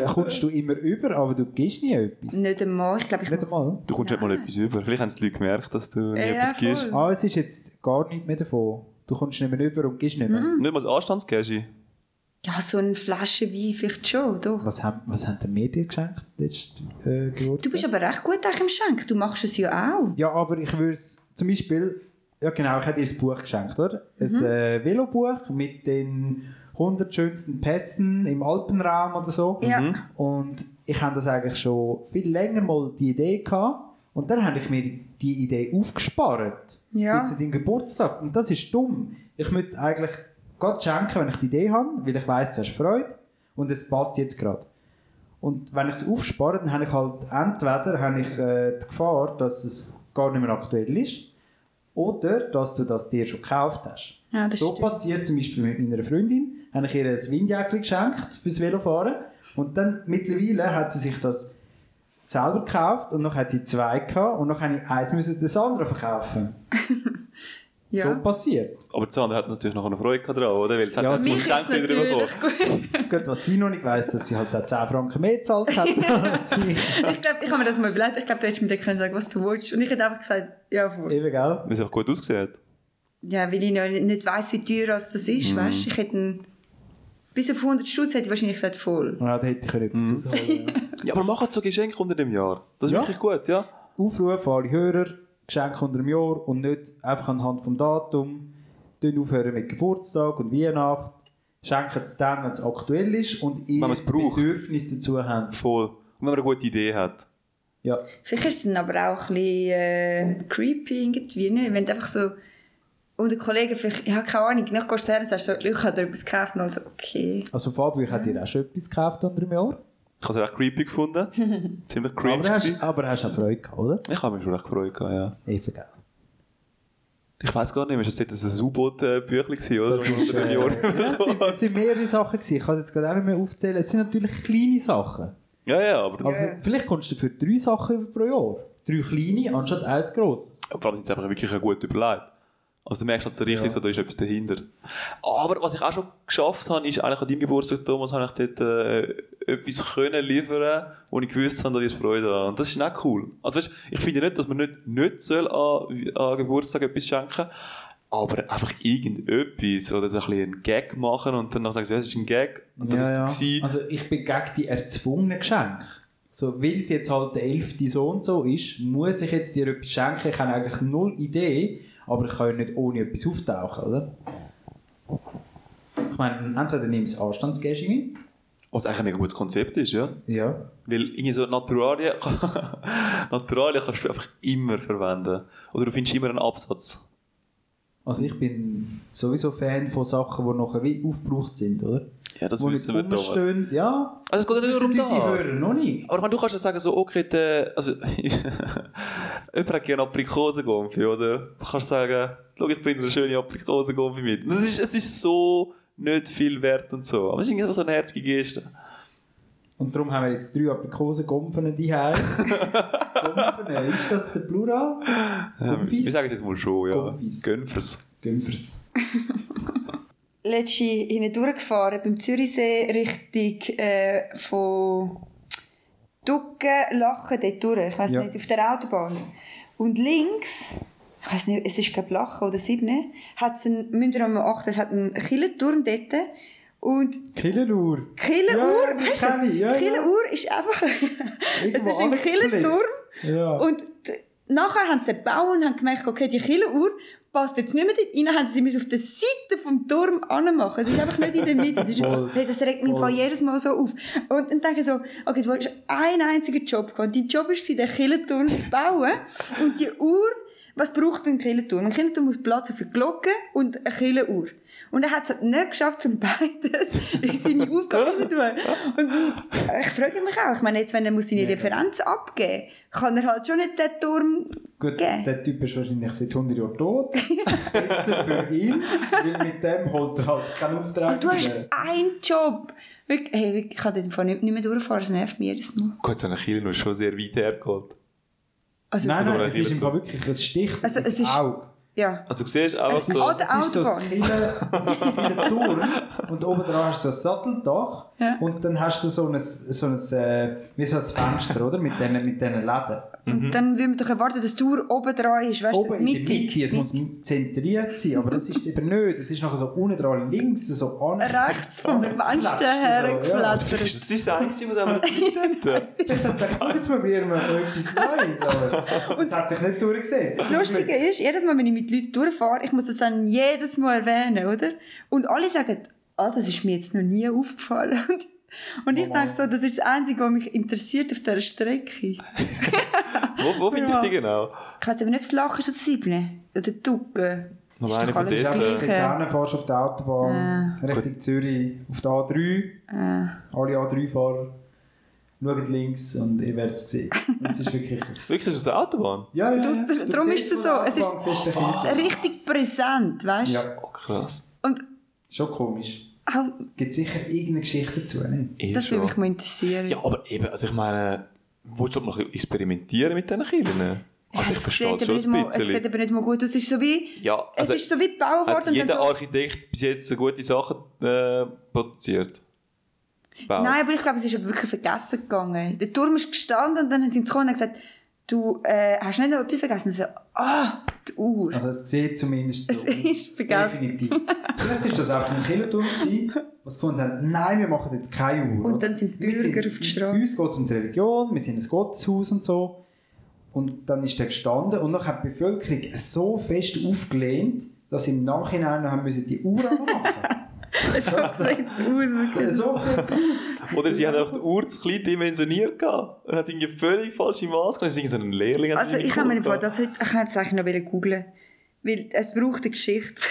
S4: äh, kommst du immer über, aber du gibst nie etwas.
S5: nicht einmal. Ich glaube, ich
S4: Nicht
S5: mache
S4: einmal.
S3: Du kommst nicht mal etwas über. Vielleicht haben die Leute gemerkt, dass du nie
S5: Ja,
S3: etwas gibst.
S5: voll.
S4: Ah, es ist jetzt gar nichts mehr davon. Du kommst nicht mehr über und gibst nicht mehr.
S5: Mhm.
S3: Nicht mal das Anstandsgeld.
S5: ja, so eine Flasche Wein vielleicht schon. Doch.
S4: Was haben, was haben denn wir dir geschenkt letztes äh, Geburtstag?
S5: Du bist aber recht gut eigentlich im Schenken. Du machst es ja auch.
S4: ja, aber ich würde es zum Beispiel, ja genau, ich hätte dir ein Buch geschenkt, oder?
S5: Mhm.
S4: Ein äh, Velobuch mit den 100 schönsten Pässen im Alpenraum oder so.
S5: Ja.
S4: Und ich habe das eigentlich schon viel länger mal die Idee gehabt und dann habe ich mir die Idee aufgespart.
S5: Ja.
S4: Bis zu deinem Geburtstag. Und das ist dumm. Ich müsste es eigentlich Gott schenken, wenn ich die Idee habe, weil ich weiß, du hast Freude und es passt jetzt gerade. Und wenn ich es aufspare, dann habe ich halt entweder habe ich, äh, die Gefahr, dass es gar nicht mehr aktuell ist oder dass du das dir schon gekauft hast.
S5: Ja, das
S4: so
S5: stimmt.
S4: passiert zum Beispiel mit meiner Freundin, habe ich ihr ein Windjäckchen geschenkt fürs Velofahren und dann mittlerweile hat sie sich das selber gekauft und noch hat sie zwei gehabt und noch habe ich eins müssen das andere verkaufen.
S5: Ja.
S4: So passiert.
S3: Aber das andere hat natürlich noch eine Freude gehabt dran, oder? Weil jetzt
S4: Ja,
S3: hat sie
S5: Mich
S3: ein
S5: ist es
S3: Geschenk wieder bekommen.
S5: natürlich gut.
S4: Gut, was sie noch nicht weiss, dass sie halt auch 10 Franken mehr gezahlt hat als ich.
S5: Ich glaube, ich habe mir das mal überlegt. Ich glaube, du hättest mir dann können sagen, was du willst. Und ich hätte einfach gesagt, ja, voll.
S4: Eben, gell?
S3: Weil sie auch gut ausgesehen hat.
S5: Ja, weil ich noch nicht weiss, wie teuer das ist,
S4: Mhm.
S5: weißt du? Ich hätte einen- bis auf 100 Stutz hätte ich wahrscheinlich gesagt, voll.
S4: Ja, da hätte ich etwas mhm. rausholen ja.
S3: Ja, aber machen so Geschenke unter dem Jahr. Das ist
S4: Ja.
S3: wirklich gut, ja.
S4: Aufruf an alle Hörer, Geschenke unter dem Jahr und nicht einfach anhand vom Datum. Dann aufhören mit Geburtstag und Weihnachten. Schenken es dann, wenn es aktuell ist und ihr
S3: man es
S4: das
S3: braucht.
S4: Bedürfnis dazu habt.
S3: Voll. Und wenn man eine gute Idee hat.
S4: Ja,
S5: Vielleicht ist es dann aber auch ein bisschen äh, creepy irgendwie, ne? wenn du einfach so und der Kollege vielleicht, ich habe keine Ahnung, dann gehst du her und sagst so, ich habe dir etwas gekauft und dann so, okay.
S4: also Fabio, ich hätte dir auch schon etwas gekauft unter dem Jahr.
S3: Ich habe es recht creepy gefunden. Ziemlich cringe.
S4: Aber hast,
S3: gewesen.
S4: aber hast auch Freude gehabt, oder?
S3: Ich habe mich schon recht gefreut, gehabt, ja.
S4: Eben, gell?
S3: Ich weiß gar nicht, mehr, ist das dort ein U-Boot-Büchlein, oder?
S4: Das ist,
S3: unter dem
S4: äh,
S3: Jahr.
S4: ja, es sind- es sind mehrere Sachen gewesen. Ich kann es jetzt gerade auch nicht mehr aufzählen. Es sind natürlich kleine Sachen.
S3: ja, ja, aber
S4: Aber vielleicht kommst du für drei Sachen über pro Jahr. Drei kleine anstatt eins grosses.
S3: vor allem sind es einfach wirklich gut überlegt. Also du merkst halt so richtig,
S4: Ja.
S3: so, da ist etwas dahinter. Aber was ich auch schon geschafft habe, ist eigentlich an deinem Geburtstag, Thomas, habe ich dort äh, etwas können liefern und ich gewusst habe, da wirst du Freude haben. Und das ist auch cool. Also weißt, ich finde nicht, dass man nicht, nicht soll an, an Geburtstag etwas schenken aber einfach irgendetwas oder so ein bisschen einen Gag machen und dann noch sagen, das ist ein Gag und das
S4: Ja,
S3: ist
S4: ja.
S3: ja.
S4: Also ich bin gegen die erzwungenen Geschenke. So, weil es jetzt halt der elfte Sohn so ist, muss ich jetzt dir etwas schenken. Ich habe eigentlich null Idee, aber ich kann ja nicht ohne etwas auftauchen, oder? Ich meine, entweder nimmst du das Anstandsgeschenk mit.
S3: Was eigentlich ein mega gutes Konzept ist, ja.
S4: Ja.
S3: Weil irgendwie so Naturalien, Naturalien kannst du einfach immer verwenden. Oder du findest immer einen Absatz.
S4: Also ich bin sowieso Fan von Sachen, die nachher wie aufgebraucht sind, oder?
S3: Ja, das
S4: Wo
S3: wissen wir
S4: nicht
S3: Thomas.
S4: rumstehen, ja.
S3: Also es geht nicht nur um
S4: wissen unsere
S3: das.
S4: Hörer noch nicht.
S3: Aber ich meine, du kannst ja sagen, so, okay, der, also, jemand hat gerne Aprikosengumpfi, oder? Du kannst sagen, schau, ich bringe dir eine schöne Aprikosengumpfi mit. Und Das ist, es ist so nicht viel wert und so. Aber es ist irgendwie so eine herzige Geste.
S4: Und darum haben wir jetzt drei Aprikosen-Gumpfen daheim. Gumpfen, äh, ist das der Plural?
S3: Ähm,
S4: Gumpfis?
S3: Wir sagen das mal schon, ja.
S4: Gumpfis.
S3: Gumpfers.
S4: Gumpfers.
S5: letztens hindurch gefahren, beim Zürichsee, Richtung äh, von Ducken, Lachen, dort durch, ich weiss
S4: Ja.
S5: nicht, auf der Autobahn. Und links, ich weiss nicht, es ist glaube Lachen oder Siebne, hat es einen, müsst ihr einmal achten, es hat einen Killenturm dort und
S4: Killenur.
S5: Killenuhr,
S4: Ja,
S5: weißt du?
S4: kenn
S5: das?
S4: ich, ja, ja.
S5: Killenuhr ist einfach. es
S4: Irgendwo
S5: ist ein
S4: angepflanzt.
S5: Killenturm.
S4: Ja.
S5: Und d- nachher haben sie den gebaut und haben gemerkt, okay, die Killenuhr passt jetzt nicht mehr dort rein, haben sie sie müssen auf der Seite vom Turm anmachen. Es ist einfach nicht in der Mitte. Es ist,
S4: Voll,
S5: hey, das regt mich
S4: voll.
S5: voll jedes Mal so auf. Und dann denke ich so, okay, du hast einen einzigen Job gehabt. Dein Job war, den Killenturm zu bauen. Und die Uhr, was braucht ein Killenturm? Ein Killenturm muss Platz haben für Glocken und eine Killenuhr. Und er hat es nicht geschafft, um beides in seine Aufgabe zu tun. Und ich frage mich auch, ich meine, jetzt, wenn er muss seine Referenz abgeben muss, kann er halt schon nicht den Turm
S4: Gut,
S5: geben.
S4: der Typ ist wahrscheinlich seit 100 Jahren tot. Besser für ihn, weil mit dem holt er halt keinen Auftrag.
S5: Aber du hast
S3: Also
S4: mehr.
S5: einen Job. Wirklich, hey, wirklich, ich kann den Fall nicht, nicht mehr durchfahren, es nervt mich jedes Mal.
S3: Gott, so eine Kirche ist schon sehr weit hergeholt.
S5: Also,
S4: Nein, nein,
S3: Also,
S4: es ist im Fall wirklich, es sticht
S5: Also,
S4: ins
S5: es ist-
S4: Auge.
S5: ja.
S3: Also du siehst einfach
S5: Es ist-
S3: so...
S5: An der
S4: Es ist so das
S5: Autobahn.
S4: Killen- es ist ein Killenturm und oben dran hast du so ein Satteldach
S5: Ja.
S4: und dann hast du so ein, so ein, äh, wie so ein Fenster, oder? Mit diesen mit diesen Läden.
S5: Und dann würden wir doch erwarten, dass die Tour oben dran ist, weißt
S4: Mhm. Oben
S5: du,
S4: in der Mitte, es muss zentriert sein, aber das ist es eben nicht. Es ist nachher so unten dran links, so an.
S5: Rechts vom
S4: Angeklatscht, so,
S5: Fenster
S4: ja.
S5: her geflattert.
S3: Ist das sein Einzige, was er nicht
S4: Ich dachte, jetzt probieren wir etwas Neues, aber es hat sich nicht durchgesetzt.
S5: Das Lustige ist, jedes Mal, wenn ich mit Leuten durchfahre, ich muss das dann jedes Mal erwähnen, oder? Und alle sagen, ah, das ist mir jetzt noch nie aufgefallen. Und Und
S4: Oh
S5: ich denke so, das ist das Einzige, was mich interessiert auf dieser Strecke.
S3: Wo, wo findet ihr die genau?
S5: Ich weiß aber nicht, ob es Lachen ist oder Siebne. Oder Ducken.
S3: Noch
S5: Ist
S3: eine
S5: doch
S3: von
S5: alles
S3: den
S5: das
S3: Eltern.
S5: Gleiche.
S4: Dann fährst du auf der Autobahn Richtung Zürich, auf der A3. Alle A3-Fahrer schauen links und ihr werdet es sehen. Und es ist wirklich... Es
S3: Wirklich, das ist aus der Autobahn?
S4: ja, ja,
S5: Du-
S4: ja.
S5: du- darum
S4: siehst
S5: ist es
S4: von
S5: so, es
S4: der Autobahn,
S5: ist-
S4: siehst den Kindern.
S5: Richtig präsent, weißt du?
S4: Ja,
S3: Oh, krass.
S5: Und
S4: schon komisch.
S5: auch,
S4: Gibt sicher irgendeine Geschichte dazu, nicht?
S3: Eh
S5: das
S3: schon.
S5: würde mich mal interessieren.
S3: Ja, aber eben, also ich meine, willst du mal ein bisschen experimentieren mit diesen Kindern?
S5: Ja,
S3: Also ich
S5: es
S3: verstehe
S5: sieht
S3: es schon
S5: aber
S3: ein
S5: nicht mal- Es sieht
S3: bisschen.
S5: aber nicht mal gut aus. Es ist so wie,
S3: Ja, also
S5: es ist so wie gebaut
S3: hat
S5: worden.
S3: jeder
S5: und dann so,
S3: Architekt bis jetzt gute Sachen äh, produziert? Baut.
S5: nein, aber ich glaube, es ist aber wirklich vergessen gegangen. Der Turm ist gestanden und dann sind sie gekommen und haben gesagt, du äh, hast nicht noch etwas vergessen. Und so, ah, die Uhr.
S4: Also es sieht zumindest so
S5: Es ist vergessen.
S4: Definitiv. Vielleicht war das einfach ein Killerturm, gewesen, was sie gefunden haben, nein, wir machen jetzt keine Uhr.
S5: Und
S4: oder?
S5: dann sind die
S4: Wir
S5: Bürger auf die Straße.
S4: Bei uns geht es um die Religion, wir sind ein Gotteshaus und so. Und dann ist der gestanden und dann hat die Bevölkerung so fest aufgelehnt, dass sie im Nachhinein noch haben müssen die Uhr anmachen
S5: so sieht es aus. wirklich.
S4: So sieht es aus.
S3: Oder sie haben einfach die Uhr zu klein dimensioniert gehabt und hat irgendwie völlig falsche Maske. Das ist irgendwie so ein Lehrling. hat
S5: Also
S3: irgendwie
S5: ich habe mir
S3: geholt.
S5: vor, das heute, ich hätte es eigentlich noch googeln wollen. Weil es braucht eine Geschichte.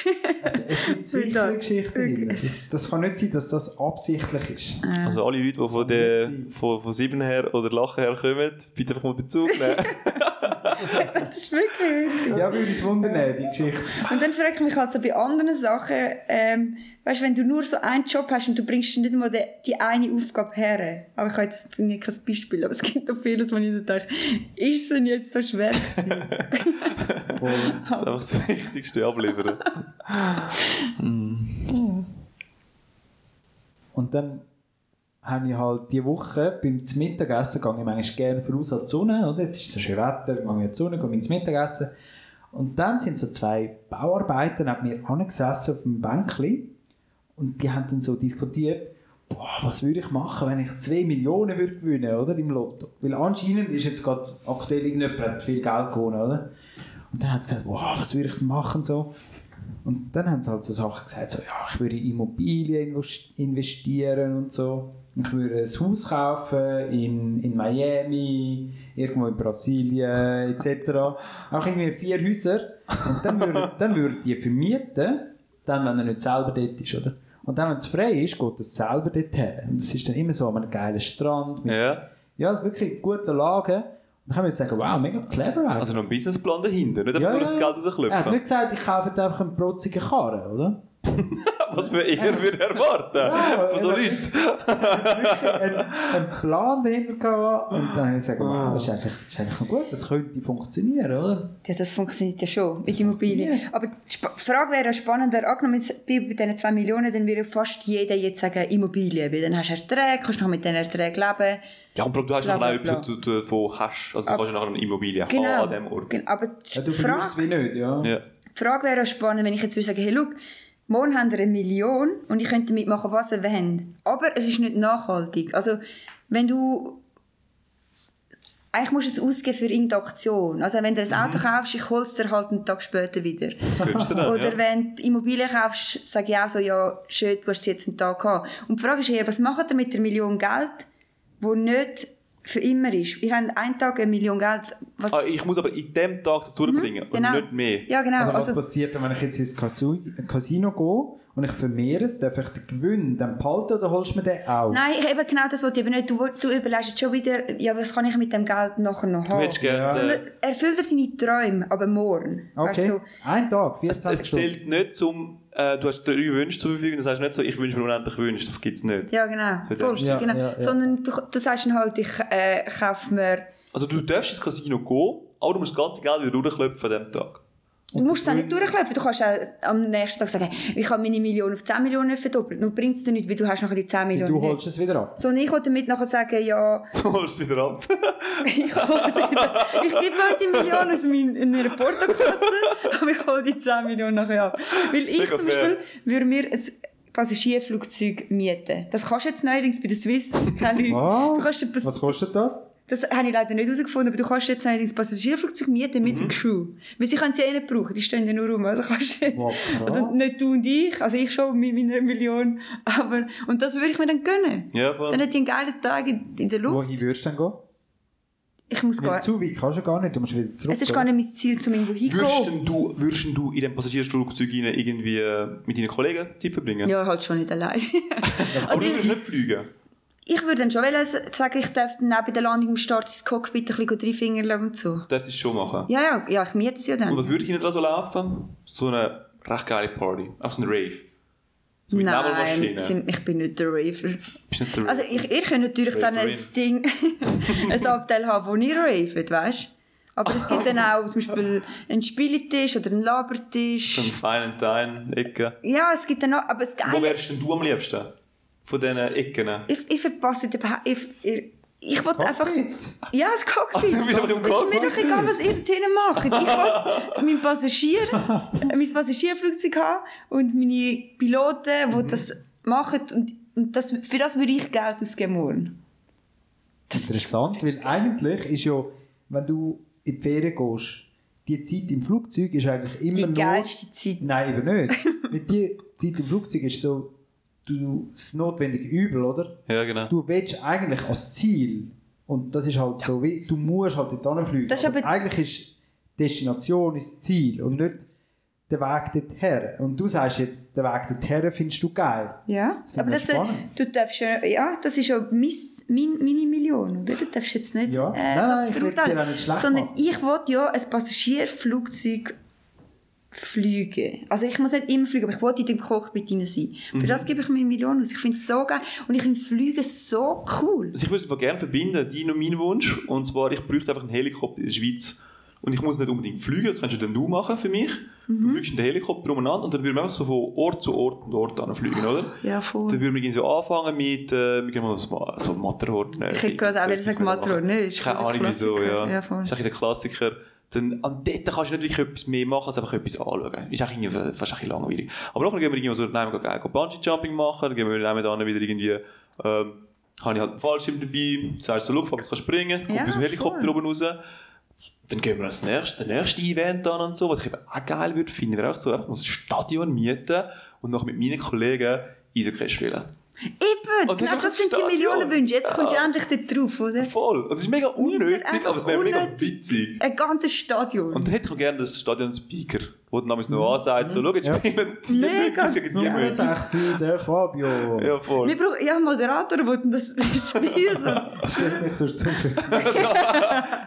S4: Also, es gibt sicher eine Geschichte drin. Das, das kann nicht sein, dass das absichtlich ist.
S3: Also alle Leute, die von,
S4: kann
S3: der,
S4: nicht sein.
S3: von, von sieben her oder lachen her kommen, bitte einfach mal Bezug nehmen.
S5: das ist wirklich...
S4: Ja, würde es wundern, die Geschichte.
S5: Und dann frage ich mich halt so bei anderen Sachen, ähm, weißt, wenn du nur so einen Job hast und du bringst nicht mal de, die eine Aufgabe her. Aber ich habe jetzt nicht kein Beispiel, aber es gibt doch vieles, wo ich dann denke, ist es denn jetzt so schwer gewesen?
S4: Und
S3: Das ist einfach das Wichtigste abliefern.
S4: Und dann habe ich halt die Woche beim zum Mittagessen gehe ich manchmal gerne voraus an die Sonne, oder? Jetzt ist so schön Wetter, gehe ich an die Sonne, gehe ins Mittagessen. Und dann sind so zwei Bauarbeiter neben mir angesessen auf dem Bänkli und die haben dann so diskutiert, boah, was würde ich machen, wenn ich 2 Millionen würde gewinnen, oder, im Lotto? Weil anscheinend ist jetzt gerade aktuell irgendjemand hat viel Geld gewonnen, oder? Und dann haben sie gesagt, boah, was würde ich denn machen, so. Und dann haben sie halt so Sachen gesagt, so, ja, ich würde in Immobilien invest- investieren und so. Ich würde ein Haus kaufen in, in Miami, irgendwo in Brasilien, etc. Auch irgendwie vier Häuser. Und dann würde, dann würde die vermieten, dann, wenn er nicht selber dort ist, oder? Und dann, wenn es frei ist, geht es selber dort her. Und es ist dann immer so an einem geilen Strand. Mit,
S3: ja.
S4: ja, es ist wirklich gute Lage. Und dann kann man jetzt sagen, wow, mega clever eigentlich.
S3: Also noch ein Businessplan dahinter, nicht einfach nur das Geld
S4: Er hat
S3: rausklopfen.
S4: nicht gesagt, ich kaufe jetzt einfach einen protzigen Karren, oder?
S3: was wir eher würden erwarten
S4: Ja,
S3: von so
S4: eben.
S3: Leuten.
S4: wirklich einen, einen Plan dahinter gehabt und dann habe ich gesagt,
S3: Ah.
S4: wow, das ist eigentlich, das ist eigentlich noch gut, das könnte funktionieren, oder?
S5: Ja, das funktioniert ja schon mit Immobilien. Aber die Sp- Frage wäre ja spannender, angenommen, es bei bei diesen 2 Millionen, dann würde fast jeder jetzt sagen Immobilien, weil dann hast du Erträge, kannst noch mit diesen Erträgen leben.
S3: Ja, und du hast ja
S5: Bla,
S3: nachher
S5: bla,
S3: etwas, du du davon hast. Also du
S5: Ah.
S3: kannst ja nachher eine Immobilie
S5: Genau.
S3: haben an diesem Ort.
S5: Gen- Aber die
S4: Ja, du verlierst es
S5: Frage,
S4: wie nicht, ja.
S3: Ja.
S5: die Frage wäre ja spannend, wenn ich jetzt würde sagen, hey, schau, morgen haben wir eine Million und ich könnte damit machen, was ihr wollt. Aber es ist nicht nachhaltig. Also, wenn du... Eigentlich musst du es ausgeben für irgendeine Aktion. Also, wenn du ein Auto kaufst, ich hol's dir halt einen Tag später wieder.
S3: Mhm. Das könntest du dann,
S5: Oder
S3: ja.
S5: wenn du Immobilien kaufst, sage ich auch so, ja, schön, du hast sie jetzt einen Tag gehabt. Und die Frage ist eher, was macht ihr mit der Million Geld, wo nicht für immer ist? Ihr habt einen Tag eine Million Geld. Was,
S3: Ah, ich muss aber in dem Tag das durchbringen
S5: genau.
S3: und nicht mehr.
S5: Ja, genau.
S4: Also was
S5: Also,
S4: passiert, wenn ich jetzt ins Casu- Casino gehe und ich vermehre es, darf ich den Gewinn dann behalten oder holst du mir den auch?
S5: nein, ich, eben genau das wollte ich eben nicht. Du, wollt- du überlegst jetzt schon wieder, ja, was kann ich mit dem Geld nachher noch
S3: Du
S5: haben?
S3: hättest gerne...
S5: Sondern
S3: äh,
S5: erfüll dir deine Träume, aber morgen. Weißt
S4: Okay,
S5: du, so,
S4: ein Tag, wie es
S3: es zählt nicht zum... Äh, du hast drei Wünsche zur Verfügung, das heißt nicht so, ich wünsche mir unendlich Wünsche, das gibt es nicht.
S5: ja, genau.
S3: Für
S5: Voll,
S3: den-
S4: Ja,
S5: genau.
S4: ja, ja.
S5: Sondern du, du sagst dann halt, ich äh, kaufe mir...
S3: Also du darfst ins Casino gehen, aber du musst das ganze Geld wieder durchklopfen an diesem Tag.
S5: Du musst es auch nicht durchklopfen. Du kannst auch am nächsten Tag sagen, ich habe meine Million auf 10 Millionen verdoppelt. Nur bringt es dir nicht, weil du hast nachher die 10 Millionen
S4: Du
S5: nicht.
S4: holst es wieder ab.
S5: So, und ich wollte damit nachher sagen, ja,
S3: Du holst es wieder ab.
S5: Genau. ich, hole die- also, ich gebe heute die Million aus meiner Portokasse, aber ich hole die 10 Millionen nachher ab. Weil ich
S3: Mega
S5: zum
S3: fair.
S5: Beispiel würde mir ein Passagierflugzeug mieten. Das kannst du jetzt neuerdings bei der Swiss, das kennen Leute. Du kannst dir
S4: Was?
S5: Pass-
S4: Was kostet das?
S5: Das habe ich leider nicht herausgefunden, aber du kannst jetzt ein Passagierflugzeug mieten mit
S4: Mhm.
S5: der Crew. Weil sie können sie eh nicht brauchen, die stehen ja nur rum. Also kannst du jetzt,
S4: Wow, krass.
S5: also nicht du und ich, also ich schon mit meiner Million, aber, und das würde ich mir dann gönnen.
S3: Ja, voll.
S5: Dann hätte ich einen geilen Tag in, in der Luft.
S4: Wohin würdest du denn gehen?
S5: Ich muss
S4: Weil
S5: gar
S4: Zu weit kannst du gar nicht, du musst wieder zurück.
S5: Es ist
S4: oder?
S5: gar nicht mein Ziel, zum irgendwo
S3: Würdest
S5: hinzugehen.
S3: denn du, würdest denn du in dem Passagierflugzeug rein irgendwie äh, mit deinen Kollegen Zeit verbringen?
S5: Ja, halt schon nicht allein.
S3: Aber
S5: also
S3: du würdest
S5: ich,
S3: nicht fliegen.
S5: ich würde dann schon wollen sagen, ich dürfte dann auch bei der Landung im Start ins Cockpit ein bisschen drei Finger lassen und so.
S3: Darfst du schon machen.
S5: Ja, ja, ja, ich miete es ja dann.
S3: Und was würde hinten dran so laufen? So eine recht geile Party. Auf so einen Rave. So mit
S5: Nein,
S3: Nebelmaschinen.
S5: sind, ich bin nicht der Raver.
S3: Bist nicht der Rave?
S5: Also ich, ihr könnt natürlich dann ein
S3: Raverin.
S5: Ding, ein Abteil haben, wo ihr ravet, weißt Aber es gibt dann auch zum Beispiel einen Spieltisch oder einen
S3: so einen
S5: Labertisch.
S3: feinen Teil, Ecke.
S5: Ja, es gibt dann auch, aber das
S3: Wo
S5: Geile,
S3: wärst denn du am liebsten? Von diesen Ecken?
S5: ich, ich verpasse den Beha- ich, ich, ich will einfach...
S4: Cockpit?
S5: Ja, das Cockpit.
S3: Ah, du bist einfach im
S5: Es ist mir doch
S3: Cockpit.
S5: egal, was ihr drinnen macht. Ich will mein Passagier, äh, mein Passagierflugzeug haben und meine Piloten,
S3: Mhm.
S5: die das machen. Und, und das, für das würde ich Geld ausgeben morgen.
S4: Interessant, weil eigentlich ist ja, wenn du in die Ferien gehst, die Zeit im Flugzeug ist eigentlich immer
S5: Die
S4: nur...
S5: geilste Zeit.
S4: Nein, eben nicht. Mit die Zeit im Flugzeug ist so du, das notwendige Übel, oder?
S3: Ja, genau.
S4: Du willst eigentlich als Ziel, und das ist halt so wie, du musst halt dort fliegen.
S5: Das ist aber-
S4: eigentlich ist Destination ist das Ziel und nicht der Weg dorthin. Und du sagst jetzt, den Weg dorthin findest du geil.
S5: Ja,
S4: Finde
S5: aber das, äh,
S4: ich spannend.
S5: du darfst ja, ja, das ist ja mein, mein, meine Million, oder? Du darfst jetzt nicht äh,
S4: Ja. Nein, nein, ich will es dir
S5: verurteilen.
S4: auch nicht schlecht
S5: Sondern
S4: machen.
S5: ich will ja ein Passagierflugzeug fliegen. Also ich muss nicht immer fliegen, aber ich will in dem Cockpit drin sein. Für
S4: Mhm.
S5: das gebe ich mir eine Million aus. Ich finde es so geil und ich finde Fliegen so cool.
S3: Also ich würde es aber gerne verbinden, dein und mein Wunsch. Und zwar, ich bräuchte einfach einen Helikopter in der Schweiz. Und ich muss nicht unbedingt fliegen, das kannst du dann du machen für mich.
S5: Mhm.
S3: Du fliegst in den Helikopter umeinander und dann würden wir einfach so von Ort zu Ort und Ort anfliegen, oder?
S5: Ah, Ja, voll.
S3: Dann würden wir irgendwie so anfangen mit, äh, wir gehen mal so Ma- so Matterhorn. äh,
S5: Ich hätte gerade auch wieder gesagt, Matterhorn, ne? Ist
S3: Keine
S5: voll der
S3: Ahnung wieso,
S5: Klassiker.
S3: ja.
S5: Ja,
S3: ist
S5: voll.
S3: eigentlich der Klassiker. Dann, an dort kannst du nicht wirklich etwas mehr machen, als einfach etwas anschauen. Ist eigentlich irgendwie fast ein bisschen langweilig. Aber nachher gehen wir irgendwie so, nein, wir gehen, gehen Bungee-Jumping machen, dann gehen wir nebenan wieder irgendwie, ähm, habe ich halt einen Fallschirm dabei, sagst du, so, schau, Fabian, du kannst springen, komm
S5: Ja,
S3: aus dem Helikopter
S5: voll.
S3: oben raus. Dann gehen wir ans nächste, den nächsten Event an und so. Was ich eben auch geil würde finden, wäre auch so, einfach mal ein Stadion mieten und noch mit meinen Kollegen Eishockey spielen.
S5: Eben,
S3: Und das ist
S5: genau
S3: einfach
S5: das sind die
S3: Stadion.
S5: Millionenwünsche. Jetzt kommst du
S3: Ja.
S5: endlich dort drauf, oder?
S3: Voll. Und es ist mega unnötig,
S5: einfach
S3: aber es wäre mega
S5: unnötig.
S3: witzig.
S5: Ein ganzes Stadion.
S3: Und dann hätte ich auch gerne das Stadion-Speaker, der dann damals noch ansagt, so, schau, jetzt
S4: Ja.
S3: spielen die
S5: Mhm. Mega
S3: Eishockey, die
S4: Nummer
S3: müssen es.
S4: 6, der Fabio.
S3: Ja, voll.
S5: Wir brauchen ja einen Moderator, der dann das Spiel so...
S4: Stell mich sonst zu.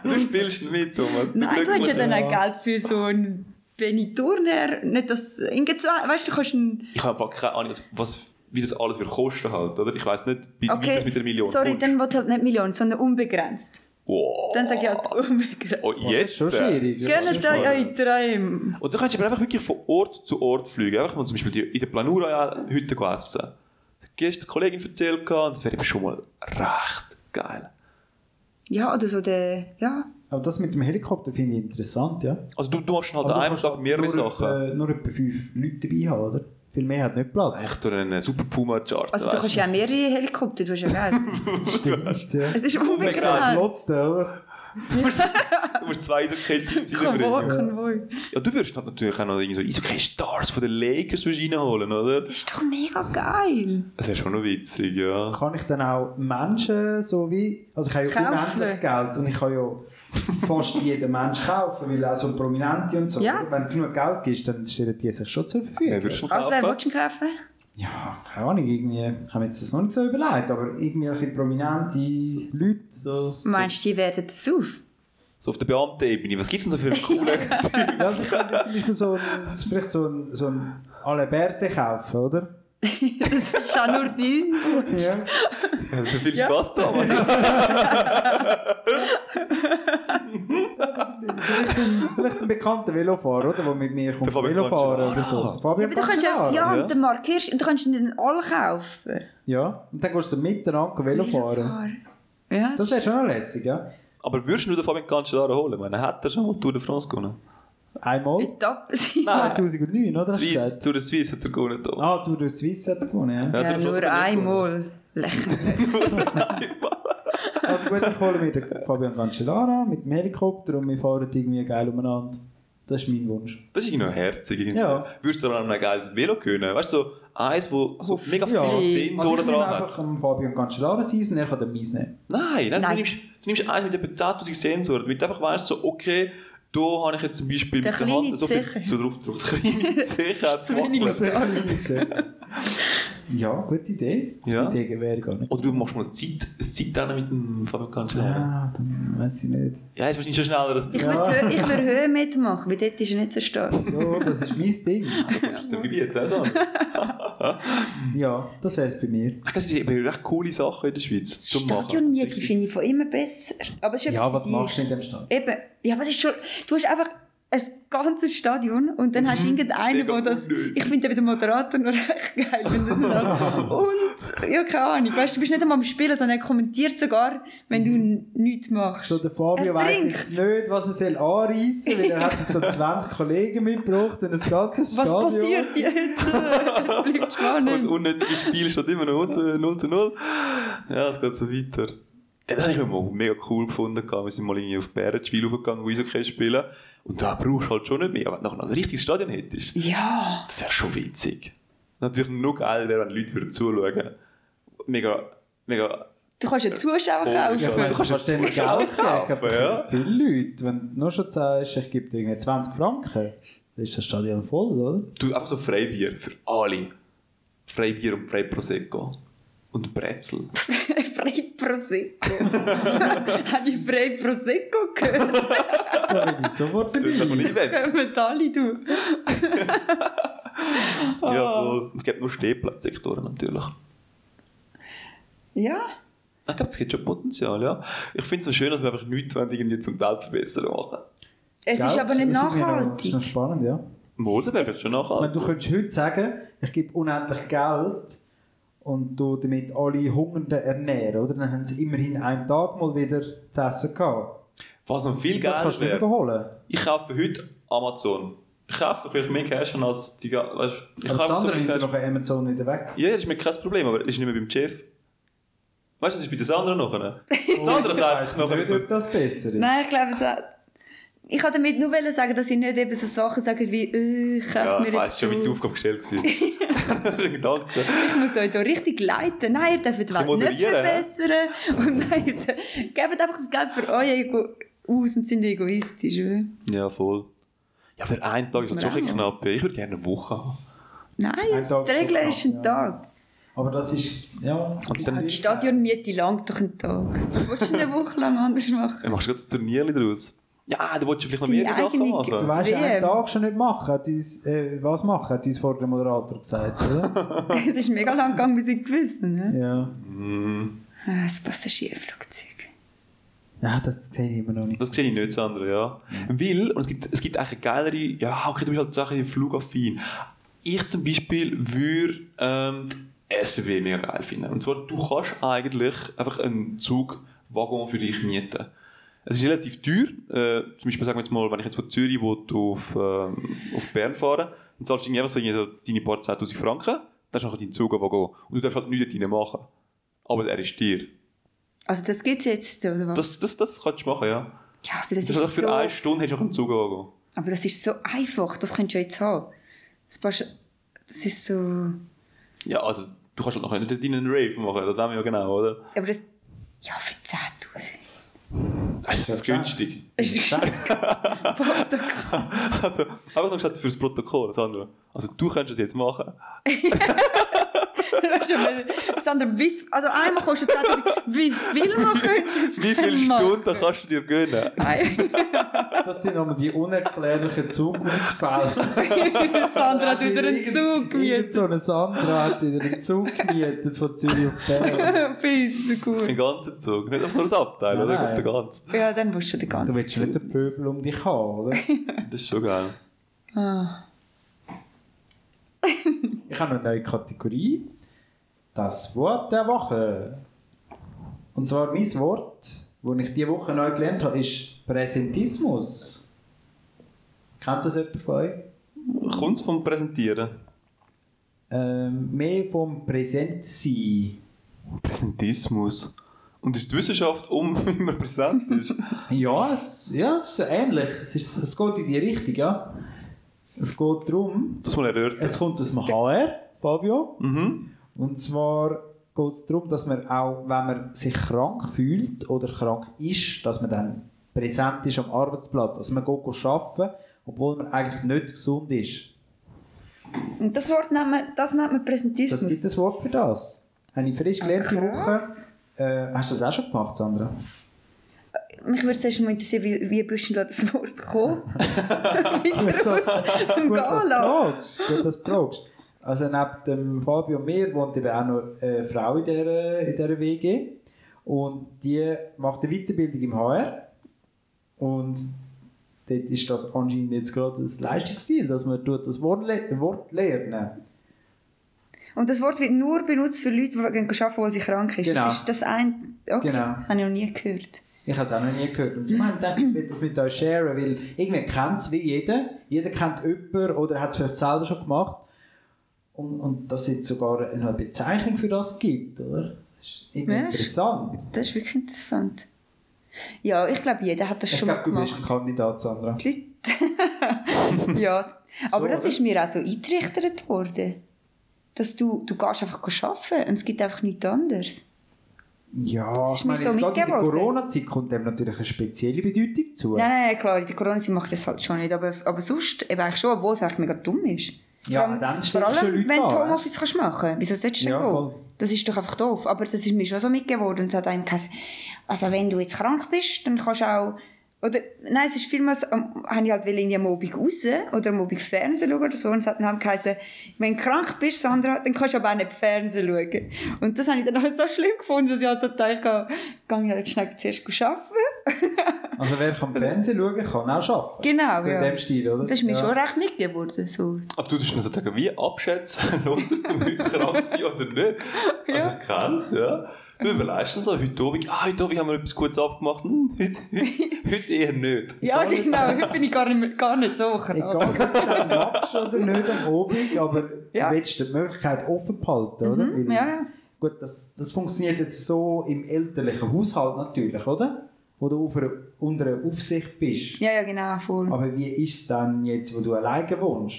S3: Du spielst mit, Thomas.
S5: Nein, du hast ja dann
S4: ja.
S5: auch Geld für so einen Benny Turner. Nicht das, irgendwie so, weißt du, du kannst einen,
S3: Ich habe einfach keine Ahnung, also was, wie das alles wird kosten halt, oder? Ich weiss nicht, wie, wie
S5: okay,
S3: das mit der Million
S5: sorry,
S3: kommt.
S5: dann will halt nicht Millionen, sondern unbegrenzt.
S3: Wow.
S5: Dann sage ich halt unbegrenzt.
S3: Oh, jetzt?
S4: Schon
S3: äh.
S4: schwierig.
S5: Gönnt euch eure Träume.
S3: Und dann kannst du aber einfach wirklich von Ort zu Ort fliegen. Einfach mal zum Beispiel die- in der Planura heute gehen essen. Gestern eine Kollegin erzählt gehabt, und das wäre eben schon mal recht geil.
S5: Ja, oder so der, ja.
S4: Aber das mit dem Helikopter finde ich interessant, ja.
S3: Also du, du machst halt
S4: Aber
S3: an
S4: du
S3: einem
S4: kannst
S3: Tag mehrere
S4: nur
S3: Sachen.
S4: Etwa, nur etwa fünf Leute dabei haben, oder? Viel mehr hat nicht Platz.
S3: Echt durch einen super Puma-Chart.
S5: äh, Also du kannst ja auch mehrere Helikopter, du hast ja Geld.
S4: Stimmt, ja.
S5: es ist
S4: Ja,
S5: unbegrenzt.
S4: Platz, oder?
S3: du musst zwei so Ketten
S5: Konvoi,
S3: reinbringen.
S5: Konvoi.
S3: Ja, du wirst halt natürlich auch noch irgendwie so Eishockey-Stars von den Lakers würdest reinholen, oder?
S5: Das ist doch mega geil.
S3: Das wäre schon noch witzig, ja.
S4: Kann ich dann auch Menschen so wie... Also ich habe ja
S5: Kaufen.
S4: unendlich Geld und ich kann ja fast jeden Mensch kaufen, weil auch so Prominente und so.
S5: Ja.
S4: Wenn du genug Geld gibst, dann stellen die sich schon zur
S3: Ja,
S4: Verfügung.
S3: würdest du
S5: Also,
S3: kaufen?
S4: äh,
S5: wer willst du ihn kaufen?
S4: Ja, keine Ahnung, irgendwie... Ich habe mir jetzt das noch nicht so überlegt, aber irgendwelche prominente Leute... So.
S5: Meinst du, die werden das auf?
S3: So auf der Beamtenebene. Was gibt's denn da für einen coolen Typ?
S4: Ja, also ich könnte jetzt zum Beispiel so ein, vielleicht so ein, so ein Aleberse kaufen, oder?
S5: Das ist auch nur dein.
S4: Ja.
S3: Ja, so viel Spaß da, Mann.
S4: Vielleicht ein, vielleicht ein bekannter Velofahrer, oder? Der mit mir kommt
S3: Der Fabian
S4: Velo
S3: Cancellara.
S4: fahren oder so. Der
S5: Ah. Ja,
S4: Fabian
S5: aber du kannst ja,
S4: Cancellara.
S5: ja,
S3: Ja.
S5: und den Mark Hirsch, und du kannst ihn dann alle kaufen.
S4: Ja, und dann gehst du so miteinander Velo fahren.
S5: Ja,
S4: Das
S5: das
S4: wäre
S5: ist
S4: schon noch lässig, ja?
S3: Aber würdest du den Fabian Cancellara holen? Ich meine, hat er schon mal Tour de France gewonnen?
S4: Einmal.
S5: top.
S4: Nou,
S3: Nein.
S4: 2009, oder? Hast du
S3: Swiss,
S4: gesagt?
S3: Tour de Suisse hat er gewonnen. Thomas.
S4: Ah, du durch Swiss hat er gewonnen, ja.
S3: Ja, der
S5: Ja, nur
S3: Fußball-
S5: einmal. Lächerlich.
S3: Einmal.
S4: Also gut, ich hole mir den Fabian Cancellara mit dem Helikopter und wir fahren irgendwie geil umeinander. Das ist mein Wunsch.
S3: Das ist irgendwie noch herzig. Irgendwie.
S4: Ja.
S3: Würdest du aber noch ein geiles Velo können? Weißt du, so eins, wo so Also, mega viele
S4: also ich
S3: Sensoren
S4: nehme
S3: dran hat.
S4: einfach am Fabian Cancellara sein und er kann dann meins nehmen.
S3: Nein, nein,
S5: Nein.
S3: Du, nimmst, du nimmst eins mit etwa 10'000 Sensoren, damit du einfach weißt, so, okay, da habe ich jetzt zum Beispiel
S5: Der
S3: mit der
S5: kleine
S3: Hand so viel
S5: Zeche.
S3: zu drauf gedrückt. Kleine Sicherheit.
S4: ja, gute Idee.
S3: Ja.
S4: Die Idee wäre gar nicht.
S3: Oder du machst mal ein, Zeit, ein Zeitrennen mit dem Fabian Cancellara.
S4: Ja, Ah, dann weiß ich nicht.
S3: Ja, ist wahrscheinlich schon schneller als du.
S5: Ich
S3: Ja.
S5: würde Hö- ich würde Höhe mitmachen, weil dort ist er nicht so stark.
S4: Ja, das ist mein Ding.
S3: Aus dem Gebiet, also.
S4: Ja, das wäre es bei mir.
S3: Ach, Das sind eben recht coole Sachen in der Schweiz zum Machen.
S5: Stadionmiete finde ich von immer besser. Aber es ist
S4: Ja,
S5: etwas
S4: was
S5: für dich.
S4: machst du in dem Stand?
S5: Eben, ja, was ist schon. Du hast einfach ein ganzes Stadion und dann
S4: Mhm.
S5: hast du irgendeinen,
S3: Mega
S5: der das.
S3: unnötig.
S5: Ich finde eben den Moderator noch recht geil. Wenn er dann alles- und, ja, keine Ahnung. Weißt, du bist nicht einmal am Spielen, sondern er kommentiert sogar, wenn du n- nichts machst.
S4: Mhm. So, der Fabio
S5: Er
S4: weiss
S5: trinkt.
S4: jetzt nicht, was er soll anreissen soll, weil er hat so 20 Kollegen mitgebracht und ein ganzes
S5: was
S4: Stadion.
S5: passiert jetzt? Es bleibt
S3: Das
S5: spannend.
S3: unnötige Spiel steht immer noch 0 zu 0. Ja, es geht so weiter. Das habe ich mal mega cool gefunden. Wir sind mal irgendwie auf Bären das Spiel aufgegangen, wo Eishockey spielen. Und da brauchst du halt schon nicht mehr. Aber wenn du nachher noch ein richtiges Stadion hättest,
S5: Ja,
S3: das wäre schon witzig. Natürlich nur geil wäre, wenn die Leute würden zuschauen. Mega, mega...
S5: du kannst ja Zuschauer
S3: Oh,
S5: kaufen.
S4: Ja, ich meine, du kannst dann Geld
S3: Zuschauer
S4: geben,
S3: kaufen,
S4: aber
S3: ja.
S4: viele Leute, wenn du nur schon sagst, ich gebe dir irgendwie 20 Franken, dann ist das Stadion voll, oder?
S3: Du, einfach so Freibier für alle. Freibier und Frei Prosecco. Und Brezel.
S5: Frei Prosecco. Habe ich frei Prosecco gehört?
S4: Da bin ich sofort
S3: Das ist aber
S4: dabei.
S3: nicht weg.
S5: Kommen alle, du. Ah.
S3: Ja, voll. Es gibt nur Stehplätze Sektoren natürlich.
S5: Ja.
S3: Ah, Ich glaube, es gibt schon Potenzial, ja. Ich finde es so schön, dass wir einfach nichts wollen, irgendwie zum Teil verbessern machen.
S5: Es ist
S4: Gell?
S5: aber nicht
S4: Das ist mir noch- Das ist
S5: nachhaltig.
S4: noch spannend, ja.
S3: Mose wäre vielleicht schon
S4: Wenn
S3: nachhaltig.
S4: du könntest heute sagen, ich gebe unendlich Geld und du damit alle Hungernden ernähren, oder? Dann haben sie immerhin einen Tag mal wieder zu essen gehabt.
S3: Was noch viel
S4: das
S3: geiler
S4: kannst du nicht
S3: wäre,
S4: überholen.
S3: ich kaufe heute Amazon. Ich kaufe vielleicht mehr Cash an als die... ga- Weißt, du, ich
S4: Aber
S3: kaufe
S4: das
S3: so
S4: andere
S3: viel Cash.
S4: nimmt ja noch Amazon wieder weg.
S3: Ja, das ist mir kein Problem, aber das ist nicht mehr beim Chef. Weißt du, das ist bei den anderen noch. Das andere sagt sich
S4: Oh, Ich weiss
S3: nachher
S4: nicht,
S3: so.
S4: ob das besser ist.
S5: Nein, ich glaube, es hat. Ich wollte damit nur sagen, dass ich nicht eben so Sachen sage wie, äh, ich kaufe
S3: Ja,
S5: mir
S3: ich
S5: jetzt.
S3: weiss schon, wie die
S5: du.
S3: Aufgabe gestellt war. Danke.
S5: Ich muss euch hier richtig leiten. Nein, ihr dürft die Welt
S3: moderieren,
S5: nicht verbessern. Und nein, ihr dür- gebt einfach das Geld für euer Ego aus und sind egoistisch. Oder?
S3: Ja, voll. Ja, für einen Tag ist das
S5: Muss
S3: schon
S5: man
S3: ein
S5: auch
S3: bisschen knapp. Ich würde gerne eine Woche haben.
S5: Nein,
S4: Ein
S5: jetzt
S4: Tag
S5: die Regel
S4: ist
S5: ist
S4: schon
S5: ein
S4: knapp,
S5: Tag.
S4: Aber das ist, ja...
S3: Und dann-
S5: Die Stadionmiete langt doch einen Tag. Was willst du denn eine Woche lang anders machen?
S3: Dann machst du gerade das Turnier daraus. Ja, du willst du vielleicht noch
S5: Deine
S3: mehr Sachen
S5: eigene-
S4: Du
S3: machen.
S4: weißt ja, einen
S5: WM.
S4: Tag schon nicht machen, hat uns, äh, was machen, hat uns vor dem Moderator gesagt, oder?
S5: Es ist mega lang gegangen, bis ich gewusst habe. Ne?
S4: ja.
S5: Ah, das Passagierflugzeug.
S4: Nein, das sehe ich immer noch nicht.
S3: Das sehe ich nicht, Sandra, ja. Weil, und es gibt, es gibt eigentlich eine geilere, ja, okay, du bist halt Sachen flugaffin. Ich zum Beispiel würde ähm, die SBB mega geil finden. Und zwar, du kannst eigentlich einfach einen Zugwaggon für dich mieten. Es ist relativ teuer. Äh, zum Beispiel sagen wir jetzt mal, wenn ich jetzt von Zürich will, auf, ähm, auf Bern fahre, dann zahlst du irgendwie einfach so irgendwie so deine paar 10'000 Franken, dann ist nachher dein Zugwaggon. Und du darfst halt nichts dort rein machen. Aber er ist dir.
S5: Also, das gibt es jetzt, oder was?
S3: Das, das, das kannst du machen, ja.
S5: ja, aber das,
S3: Das
S5: ist
S3: ist für
S5: so.
S3: eine Stunde hast du noch einen Zugwaggon.
S5: Aber das ist so einfach, das könntest du ja jetzt haben. Das, passt, das ist so.
S3: Ja, also du kannst halt noch nicht deinen Rave machen, das wollen wir ja genau, oder?
S5: Aber das. Ja, für 10.000.
S3: Das ist das
S4: Ja,
S3: günstig.
S5: Das ist
S3: Also, einfach noch gesagt fürs Protokoll, Sandra. Also du könntest es jetzt machen.
S5: Sander, wie, viel- also einmal kostet 10.000. Wie viel man könntest du
S3: Wie viele
S5: denn machen?
S3: Stunden kannst du dir gönnen?
S5: Nein,
S4: Das sind nochmal die unerklärlichen Zugausfälle.
S5: Sandra hat wieder einen Zug gemietet.
S4: So eine Sandra hat wieder einen Zug gemietet von Zürich auf Bern.
S5: Bisschen gut.
S3: Den ganzen Zug, nicht einfach nur das Abteil,
S4: Nein,
S3: oder?
S4: nein.
S3: Den ganzen.
S5: Ja, dann musst du den
S4: Du
S5: ganzen.
S4: willst nicht den Pöbel um dich haben, oder?
S3: Das ist schon geil.
S5: Ah.
S4: Ich habe eine neue Kategorie. Das Wort der Woche. Und zwar mein Wort, das ich diese Woche neu gelernt habe, ist Präsentismus. Kennt das jemand von euch?
S3: Kommt es vom Präsentieren?
S4: Ähm, mehr vom Präsentsein.
S3: Präsentismus. Und ist die Wissenschaft um immer präsent ist.
S4: Ja, es, ja, es ist so ähnlich. Es, ist, es geht in die Richtung, ja. Es geht darum,
S3: Das mal erörtern.
S4: es kommt aus dem HR, Fabio.
S3: Mhm.
S4: Und zwar geht es darum, dass man auch, wenn man sich krank fühlt oder krank ist, dass man dann präsent ist am Arbeitsplatz. Also man geht arbeiten, obwohl man eigentlich nicht gesund ist.
S5: Und das Wort nennt man, das nennt
S4: Das
S5: man Präsentismus.
S4: gibt ein Wort für das. Habe ich frisch gelernt die Woche.
S5: krass.
S4: Äh, hast du das auch schon gemacht, Sandra?
S5: Mich würde zuerst mal interessieren, wie, wie bist du an das Wort gekommen? Wieder aus dem
S4: Gut, dass du
S5: Gala.
S4: fragst. Gut, dass du fragst. Also neben dem Fabio und mir wohnt eben auch noch eine Frau in dieser, in dieser WG. Und die macht eine Weiterbildung im HR. Und dort ist das anscheinend jetzt gerade das Leistungsziel, dass man tut das Wort, le Wort lernen
S5: Und das Wort wird nur benutzt für Leute, die gehen arbeiten, weil sie krank ist.
S4: Genau.
S5: Das ist das ein... Okay,
S4: Genau.
S5: habe ich noch nie gehört.
S4: Ich habe es auch noch nie gehört.
S5: Mhm.
S4: Und ich meine, ich dachte, ich will das mit euch sharen, weil irgendwie kennt es wie jeder. Jeder kennt jemanden oder hat es vielleicht selber schon gemacht. Und, und dass es jetzt sogar eine Bezeichnung für das gibt, oder? Das ist irgendwie
S5: Ja, das ist-
S4: interessant.
S5: Das ist wirklich interessant. Ja, ich glaube, jeder hat das
S4: Ich
S5: schon mal
S4: glaube, du
S5: gemacht.
S4: bist ein Kandidat, Sandra.
S5: Die Leute. ja, aber
S4: So,
S5: das ist mir auch so eingerichtet worden. Dass du, du gehst einfach arbeiten und es gibt einfach nichts anderes.
S4: Ja,
S5: ist
S4: ich meine,
S5: mir
S4: jetzt gerade in
S5: so
S4: der
S5: mitgegeben worden.
S4: Corona-Zeit kommt dem natürlich eine spezielle Bedeutung zu.
S5: Nein, nein, nein, klar, in der Corona-Zeit mache ich das halt schon nicht. Aber, aber sonst, eben eigentlich schon, obwohl es eigentlich mega dumm ist.
S4: Ja, dann
S5: vor
S4: stecken
S5: allem,
S4: schon Leute
S5: wenn
S4: an,
S5: du Homeoffice kannst machen kannst. Wieso solltest du denn
S4: Ja,
S5: gehen?
S4: voll.
S5: Das ist doch einfach doof. Aber das ist mir schon so mitgegeben worden. Und es hat einem gesagt, also wenn du jetzt krank bist, dann kannst du auch... Oder, nein, es ist vielmals, ähm, habe ich halt will irgendwie am Abend raus oder am Abend Fernsehen schauen oder so. Und es hat dann halt geheißen, wenn du krank bist, Sandra, dann kannst du aber auch nicht Fernsehen schauen. Und das habe ich dann auch so schlimm gefunden, dass ich halt so gedacht habe, gehe ich jetzt schnell zuerst arbeiten.
S4: Also wer kann Fernsehen schauen, kann auch arbeiten.
S5: Genau,
S4: So in
S5: ja.
S4: dem Stil, oder?
S5: Das ist mir
S4: ja.
S5: schon recht mitgegeben worden. So.
S3: Aber du tust dann sozusagen wie abschätzen, lohnt es sich zum heute krank sein oder nicht. Also ich kenn's, ja. Du überlegst dann so, heute Abend, ah, heute Abend haben wir etwas Gutes abgemacht, hm, heute, heute, heute eher nicht.
S5: Ja, genau. Heute bin ich gar nicht, mehr, gar nicht so krank.
S4: Egal, ob du dann machst oder nicht am Abend, aber
S5: Ja. Mhm,
S4: du willst die Möglichkeit offen behalten, oder? Weil-
S5: ja, ja.
S4: Gut, das, das funktioniert jetzt so im elterlichen Haushalt natürlich, oder? Wo du auf einer, unter einer Aufsicht bist.
S5: Ja, ja, genau. Voll.
S4: Aber wie ist es dann jetzt, wo du alleine wohnst?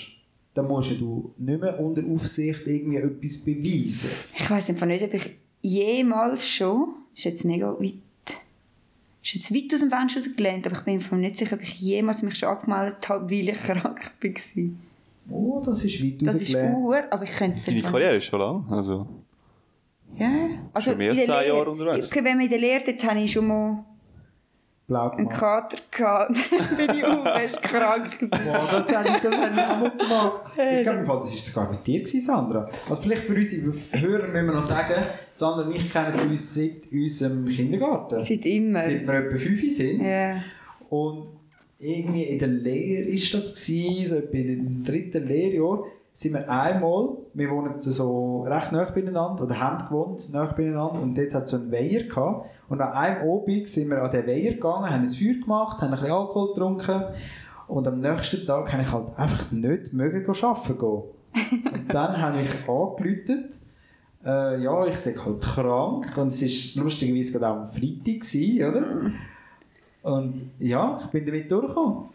S4: Dann musst ja du nicht mehr unter Aufsicht irgendwie etwas beweisen.
S5: Ich weiß einfach nicht, ob ich jemals schon. Das ist jetzt mega weit. Ist jetzt weit aus dem Fenster rausgelehnt, aber ich bin einfach nicht sicher, ob ich jemals mich schon abgemeldet habe, weil ich krank war.
S4: Oh, das ist weit
S5: Das ist
S4: rausgelehnt.
S5: Uhr, aber ich könnte es
S3: Deine
S5: einfach-
S3: Karriere ist schon lang, also.
S5: Ja. Also
S3: Schon mehr
S5: in
S3: als
S5: der
S3: zehn
S5: Lehre-
S3: Jahre unterwegs.
S5: Okay, wenn man in der Lehre, dort habe ich schon mal
S4: Blau
S5: einen
S4: gemacht.
S5: Kater gehabt. Dann bin ich auf, weil ich krank war.
S4: Boah, das habe ich, das habe ich auch mal gemacht. Ich glaube, im Fall, das war sogar mit dir, gewesen, Sandra. Altså, Also vielleicht für unsere Hörer müssen wir noch sagen, altså, Sandra und ich kennen uns seit unserem Kindergarten.
S5: Seit immer.
S4: Seit wir etwa fünf sind.
S5: Ja.
S4: Und irgendwie in der Lehre ist das gewesen, so etwa im dritten Lehrjahr, sind wir einmal, wir wohnen so recht nah beieinander, oder haben gewohnt, nah beieinander, und dort hat es so einen Weiher gehabt. Und an einem Abend sind wir an den Weiher gegangen, haben ein Feuer gemacht, haben ein bisschen Alkohol getrunken, und am nächsten Tag habe ich halt einfach nicht mögen go arbeiten gehen. Und dann habe ich angelütet, äh, ja, ich sei halt krank, und es ist lustigerweise gerade auch am Freitag gewesen, oder? Und ja, ich bin damit durchgekommen.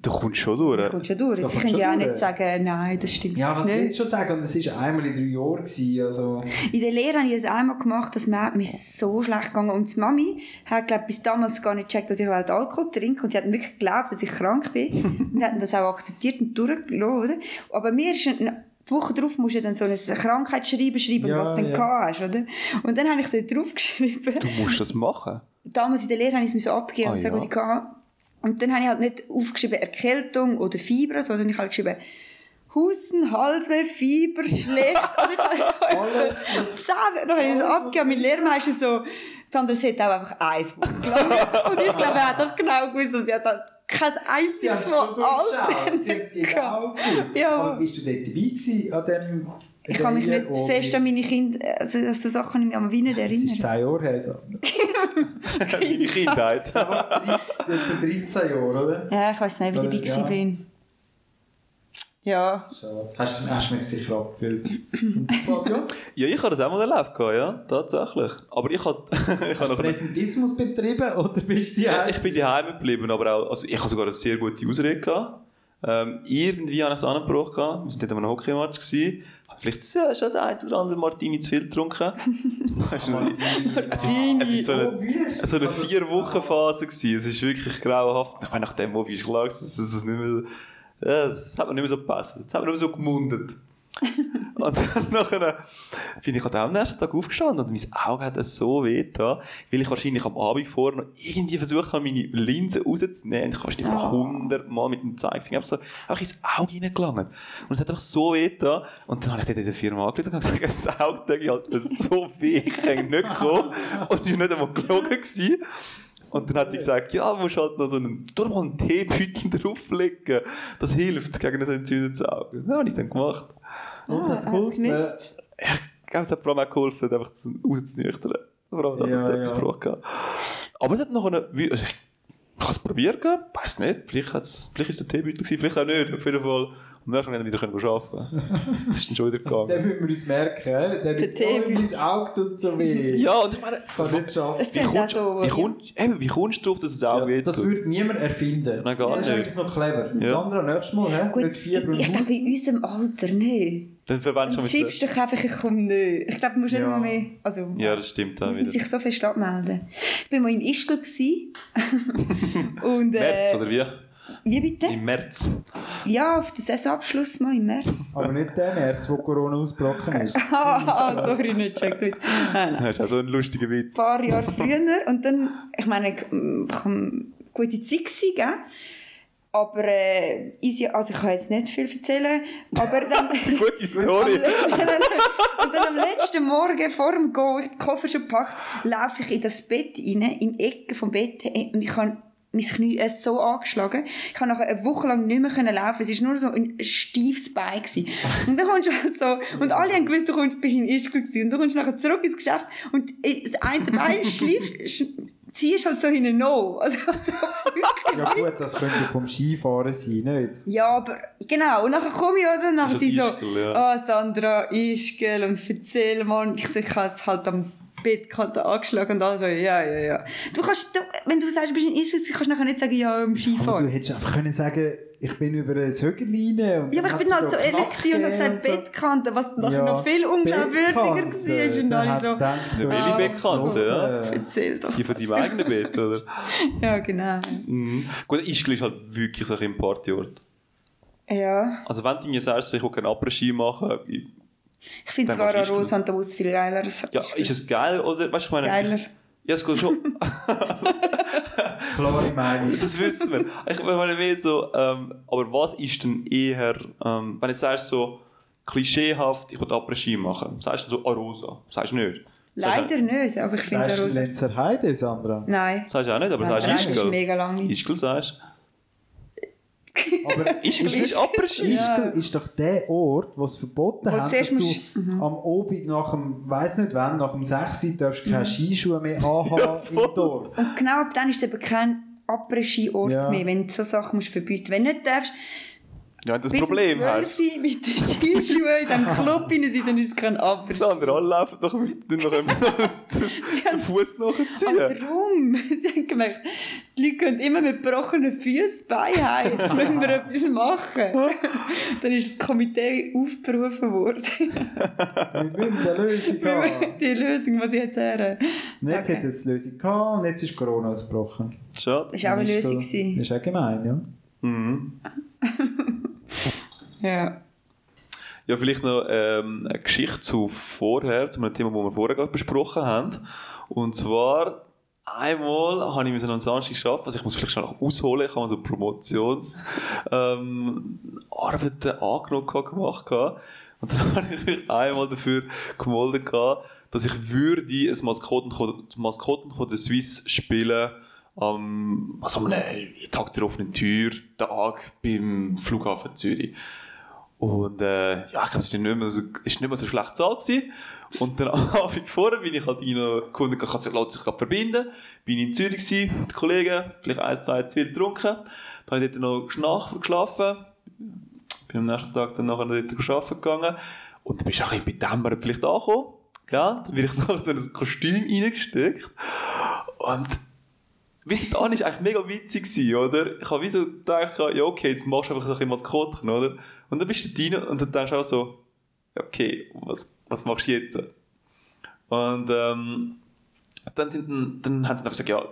S3: Du kommst schon
S4: Äh,
S3: durch.
S5: Kommt schon durch.
S4: Das
S5: Sie
S4: kommt
S5: können
S4: schon
S5: ja auch
S4: durch.
S5: nicht sagen, nein, das stimmt
S4: Ja,
S5: jetzt
S4: was
S5: nicht.
S4: willst du schon sagen? Und es war einmal in drei Jahren. Gewesen, also,
S5: In der Lehre habe ich das einmal gemacht, das hat mir so schlecht gegangen. Und die Mami hat, glaube ich, bis damals gar nicht gecheckt, dass ich überhaupt Alkohol trinke. Und sie hat wirklich geglaubt, dass ich krank bin. und hat das auch akzeptiert und durchgelassen, oder? Aber mir ist ein, die Woche darauf musst du dann so ein Krankheitsschreiben schreiben,
S4: Ja,
S5: was du dann
S4: ja.
S5: gehabt hast, oder? Und dann habe ich es dort draufgeschrieben.
S3: Du musst das machen.
S5: damals in der Lehre habe ich es mir abgegeben
S3: Ah,
S5: und sagen,
S3: ja.
S5: was ich hatte. Und dann habe ich halt nicht aufgeschrieben Erkältung oder Fieber, sondern ich habe geschrieben Husten, Halsweh, Fieber, schlecht. Also ich habe
S4: Alles.
S5: Zähne. Dann habe ich es abgegeben. Mein Lehrmeister so, Sandra, sie hat auch einfach eins gelassen. Und ich glaube, er hat auch genau gewusst, dass sie hat halt kein
S4: sie haben
S5: einziges
S4: es
S5: Mal
S4: schon durchschaut. Sie haben es
S5: Alternate gehabt.
S4: genau gewusst.
S5: Ja.
S4: Aber bist du dort dabei gewesen, an dem
S5: Ich kann mich nicht
S4: Weiher, wo
S5: fest
S4: wir-
S5: an meine Kinder, also an so Sachen kann ich mich an mich nicht
S4: Das ist
S5: erinnern.
S4: zehn Jahre her. Also,
S3: Deine Kindheit.
S4: etwa 13 Jahre, oder?
S5: Ja, ich weiß nicht, wie dabei
S4: Ja.
S5: ja. bin. Ja,
S4: Schade. Hast du hast du mich sicher abgefüllt. Und Fabio?
S3: Ja, ich habe das auch mal erlebt, gehabt, ja, tatsächlich. Aber ich habe, ich habe
S4: Hast du
S3: noch nicht.
S4: Präsentismus betrieben oder bist du die
S3: Ja, ich bin daheim geblieben, aber auch, also ich habe sogar eine sehr gute Ausrede gehabt. Ähm, irgendwie habe ich es angebracht, gehabt. wir waren dort an einem Hockeymatch, gewesen. Habe vielleicht ja, schon der eine oder andere Martini zu viel getrunken. Weisst du nicht? es, ist, es ist so eine, so eine
S4: Also,
S3: Vier-Wochen-Phase gewesen, es ist wirklich grauenhaft. Ich meine, nach dem Movie ist klar, gewesen, dass es nicht mehr, ja, das hat mir nicht mehr so gepasst, das hat mir nicht mehr so gemundet. und dann nachher bin ich halt auch am nächsten Tag aufgestanden und mein Auge hat es so weh getan, weil ich wahrscheinlich am Abend vorher noch irgendwie versucht habe, meine Linse rauszunehmen. Ich habe nicht mal hundertmal mit dem Zeigefinger einfach so einfach ins Auge reingelangt. Und es hat einfach so weh getan. Und dann habe ich dort in der Firma angerufen und gesagt, das Auge tut mir halt so weh, ich kann nicht kommen. Und ich war nicht einmal gelogen. Gewesen. Und dann hat sie gesagt, ja, du musst halt noch so einen, du mal einen Teebeutel drauflegen. Das hilft gegen das entzündete Auge. Das habe ich dann gemacht.
S5: ah,
S4: hat's
S5: hat's
S4: geholfen?
S5: genützt.
S3: Ich glaube, es hat vor allem auch geholfen, einfach das auszunüchtern. Vor allem, dass
S4: Ja,
S3: es etwas
S4: ja.
S3: braucht. gehabt. Aber es hat noch eine. wie- also Ich ich habe es probiert, weiß nicht. Vielleicht war vielleicht ist der Teebeutel, gewesen, vielleicht auch nicht. Auf jeden Fall. Und dann haben wir wieder können arbeiten. Das ist dann schon wieder
S4: Den
S3: gegangen.
S4: müssen wir uns merken. Der, der wird
S5: Tee
S4: oh, mein Auge tut so weh.
S3: Ja, und ich meine,
S4: Kann nicht schaffen.
S5: Es
S3: wie
S5: klingt auch
S3: kommst,
S5: so.
S3: wie, kommst, eben, wie kommst du drauf, dass es auch
S4: Ja,
S3: wehtut?
S4: das würde niemand erfinden.
S3: Nein, gar
S4: das ist
S3: nicht.
S4: eigentlich noch clever.
S3: Ja.
S4: Sandra, nächstes Mal, hä?
S5: Gut,
S4: nicht
S5: ich, ich
S4: Fieber und
S5: glaube,
S4: Husten.
S5: in unserem Alter nicht.
S3: Dann verwendest
S5: Du
S3: du mit
S5: schiebst dich einfach, ich komme nicht. Ich glaube, du musst
S4: Ja.
S5: nicht mehr mehr. Also,
S3: Ja, das stimmt auch
S5: muss man
S3: wieder.
S5: sich so fest abmelden. Ich war mal in Ischgl. gewesen. Und, äh,
S3: März, oder wie?
S5: Wie bitte?
S3: Im März.
S5: Ja, auf den Saisonabschluss mal im März.
S4: Aber nicht der März, wo Corona ausgebrochen ist.
S5: Ah, sorry, nicht checkt jetzt. Nein, nein.
S3: Das ist auch so ein lustiger
S5: Ein
S3: Witz.
S5: paar Jahre früher. Und dann, ich meine, ich war eine gute Zeit, gewesen, gell? aber äh, easy, also ich kann jetzt nicht viel erzählen, aber dann...
S3: Gute Story.
S5: und dann am letzten Morgen vor dem Go, ich den Koffer schon gepackt, laufe ich in das Bett rein, in die Ecke vom Bett äh, und ich habe mein Knie äh, so angeschlagen. Ich konnte nachher eine Woche lang nicht mehr können laufen. Es war nur so ein steifes Bein. Gewesen. Und dann kommst du halt so, und alle haben gewusst, du kommst, bist in Ischgl gewesen. Und du kommst nachher zurück ins Geschäft und äh, das eine Bein schläft, sch- ziehst halt so hinein no. Also, also wirklich.
S4: Ja gut, das könnte vom Skifahren sein, nicht?
S5: Ja, aber genau. Und nachher komme ich, oder? Und nachher
S3: Also
S5: sie so,
S3: Ischgl, ja.
S5: oh Sandra, Ischgl und erzähl mal. Ich so, ich habe es halt am Bettkanten angeschlagen und alles so, ja, ja, ja. Du kannst, du, wenn du sagst, du bist in Ischgl, gewesen, kannst du nachher nicht sagen, ja, im
S4: Aber du
S5: Skifahren.
S4: hättest einfach können sagen, ich bin über ein Högerlein.
S5: Ja, aber ich bin halt so ehrlich gewesen und habe gesagt, Bettkante, was nachher noch viel unglaubwürdiger war. Und alle so,
S3: Ja,
S5: welche
S3: Bettkante, ja?
S5: erzähl doch.
S3: Die von deinem eigenen Bett, oder?
S5: Ja, genau.
S3: Mhm. Gut, Ischgl ist halt wirklich so ein bisschen ein Partyort.
S5: Ja.
S3: Also wenn du mir sagst, ich will keinen Après-Ski machen, ich-
S5: Ich finde
S3: Dann
S5: zwar
S3: gehst du
S5: Aros
S3: Ischgl.
S5: und Davos viel geiler. als
S3: ja,
S5: Ischgl.
S3: ist es geil oder, weißt du, ich meine...
S5: Geiler.
S3: Ja, es geht schon,
S4: Klare Meinung.
S3: das wissen wir. Ich meine mehr so, ähm, aber was ist denn eher, ähm, wenn du jetzt sagst so, klischeehaft, ich will Après-Ski machen, sagst du so Arosa, sagst du nicht.
S5: Leider nicht, aber ich finde
S4: Sagst du
S5: Aros.
S4: Lenzer Heide, Sandra?
S5: Nein.
S3: Sagst du auch nicht, aber
S5: Nein,
S3: sagst
S5: das ist
S3: Ischgl.
S5: mega lange.
S3: Ischgl sagst du.
S4: Aber
S3: Ischgl ist Après-Ski.
S4: Ischgl ist doch der Ort, wo es verboten
S5: Wo
S4: hat, dass
S5: zuerst
S4: du
S5: musst- Mhm.
S4: am Obig nach dem, weiss nicht wann, nach dem 6 Uhr darfst
S5: Mhm.
S4: keine Skischuhe mehr anhaben im Dorf.
S5: Und genau ab dann ist es eben kein Après-Ski-Ort
S4: Ja.
S5: mehr, wenn du so Sachen musst verbieten Wenn du nicht darfst,
S3: Ja, wenn du das
S5: bis
S3: Problem halt.
S5: um 12
S3: hast.
S5: Uhr mit den Skischuhen in diesem Club rein sind, dann ist es kein
S3: Das
S5: Après-Ski.
S3: andere, alle laufen doch mit, dann können wir den Fuß
S5: Aber
S3: nachziehen.
S5: darum, sie haben gemerkt, die Leute gehen immer mit gebrochenen Füßen beiheim, jetzt müssen wir etwas machen. Dann ist das Komitee aufgerufen worden,
S4: Wir müssen eine Lösung haben.
S5: die Lösung, was ich jetzt her.
S4: Und jetzt
S5: Okay.
S4: hat es eine Lösung gehabt und jetzt ist Corona ausgebrochen.
S3: Schade. Mhm.
S5: Das war auch eine
S4: Ist
S5: Lösung.
S4: das-
S5: gewesen.
S4: Ist auch gemein, ja.
S5: Ja.
S3: Ja, vielleicht noch ähm, eine Geschichte zu vorher, zu einem Thema, das wir vorher gerade besprochen haben. Und zwar, einmal habe ich müssen am Samstag arbeiten, also ich muss vielleicht schnell noch ausholen, ich habe so Promotionsarbeiten ähm, Arbeiten angenommen, gehabt, gemacht. gehabt. Und dann habe ich mich einmal dafür gemolden, gehabt, dass ich würde ein Maskotten, Maskotten von der Swiss spielen am, also am Tag der offenen Tür, Tag beim Flughafen Zürich. Und äh, ja, ich glaube, es war nicht, mehr so- ist nicht mehr so schlecht bezahlt. Gewesen. Und dann am Abend vorher bin ich halt irgendwie noch gefunden, kann sich, lässt sich gerade verbinden. Bin in Zürich gewesen, mit Kollegen, vielleicht ein, zwei, zu viel getrunken. Dann habe ich dort noch geschnach- geschlafen. Bin am nächsten Tag dann nachher dort arbeiten gegangen. Und dann bist du auch ein bisschen bedämmert vielleicht angekommen. Gell? Dann bin ich nachher so in ein Kostüm reingesteckt. Und Wisst ihr, Anni war eigentlich mega witzig, gewesen, oder? Ich habe wie so gedacht, ja okay, jetzt machst du einfach so ein bisschen Maskottchen, oder? Und dann bist du rein und dann denkst du auch so, okay, was, was machst du jetzt? Und ähm, dann, sind, dann- dann haben sie dann gesagt, ja,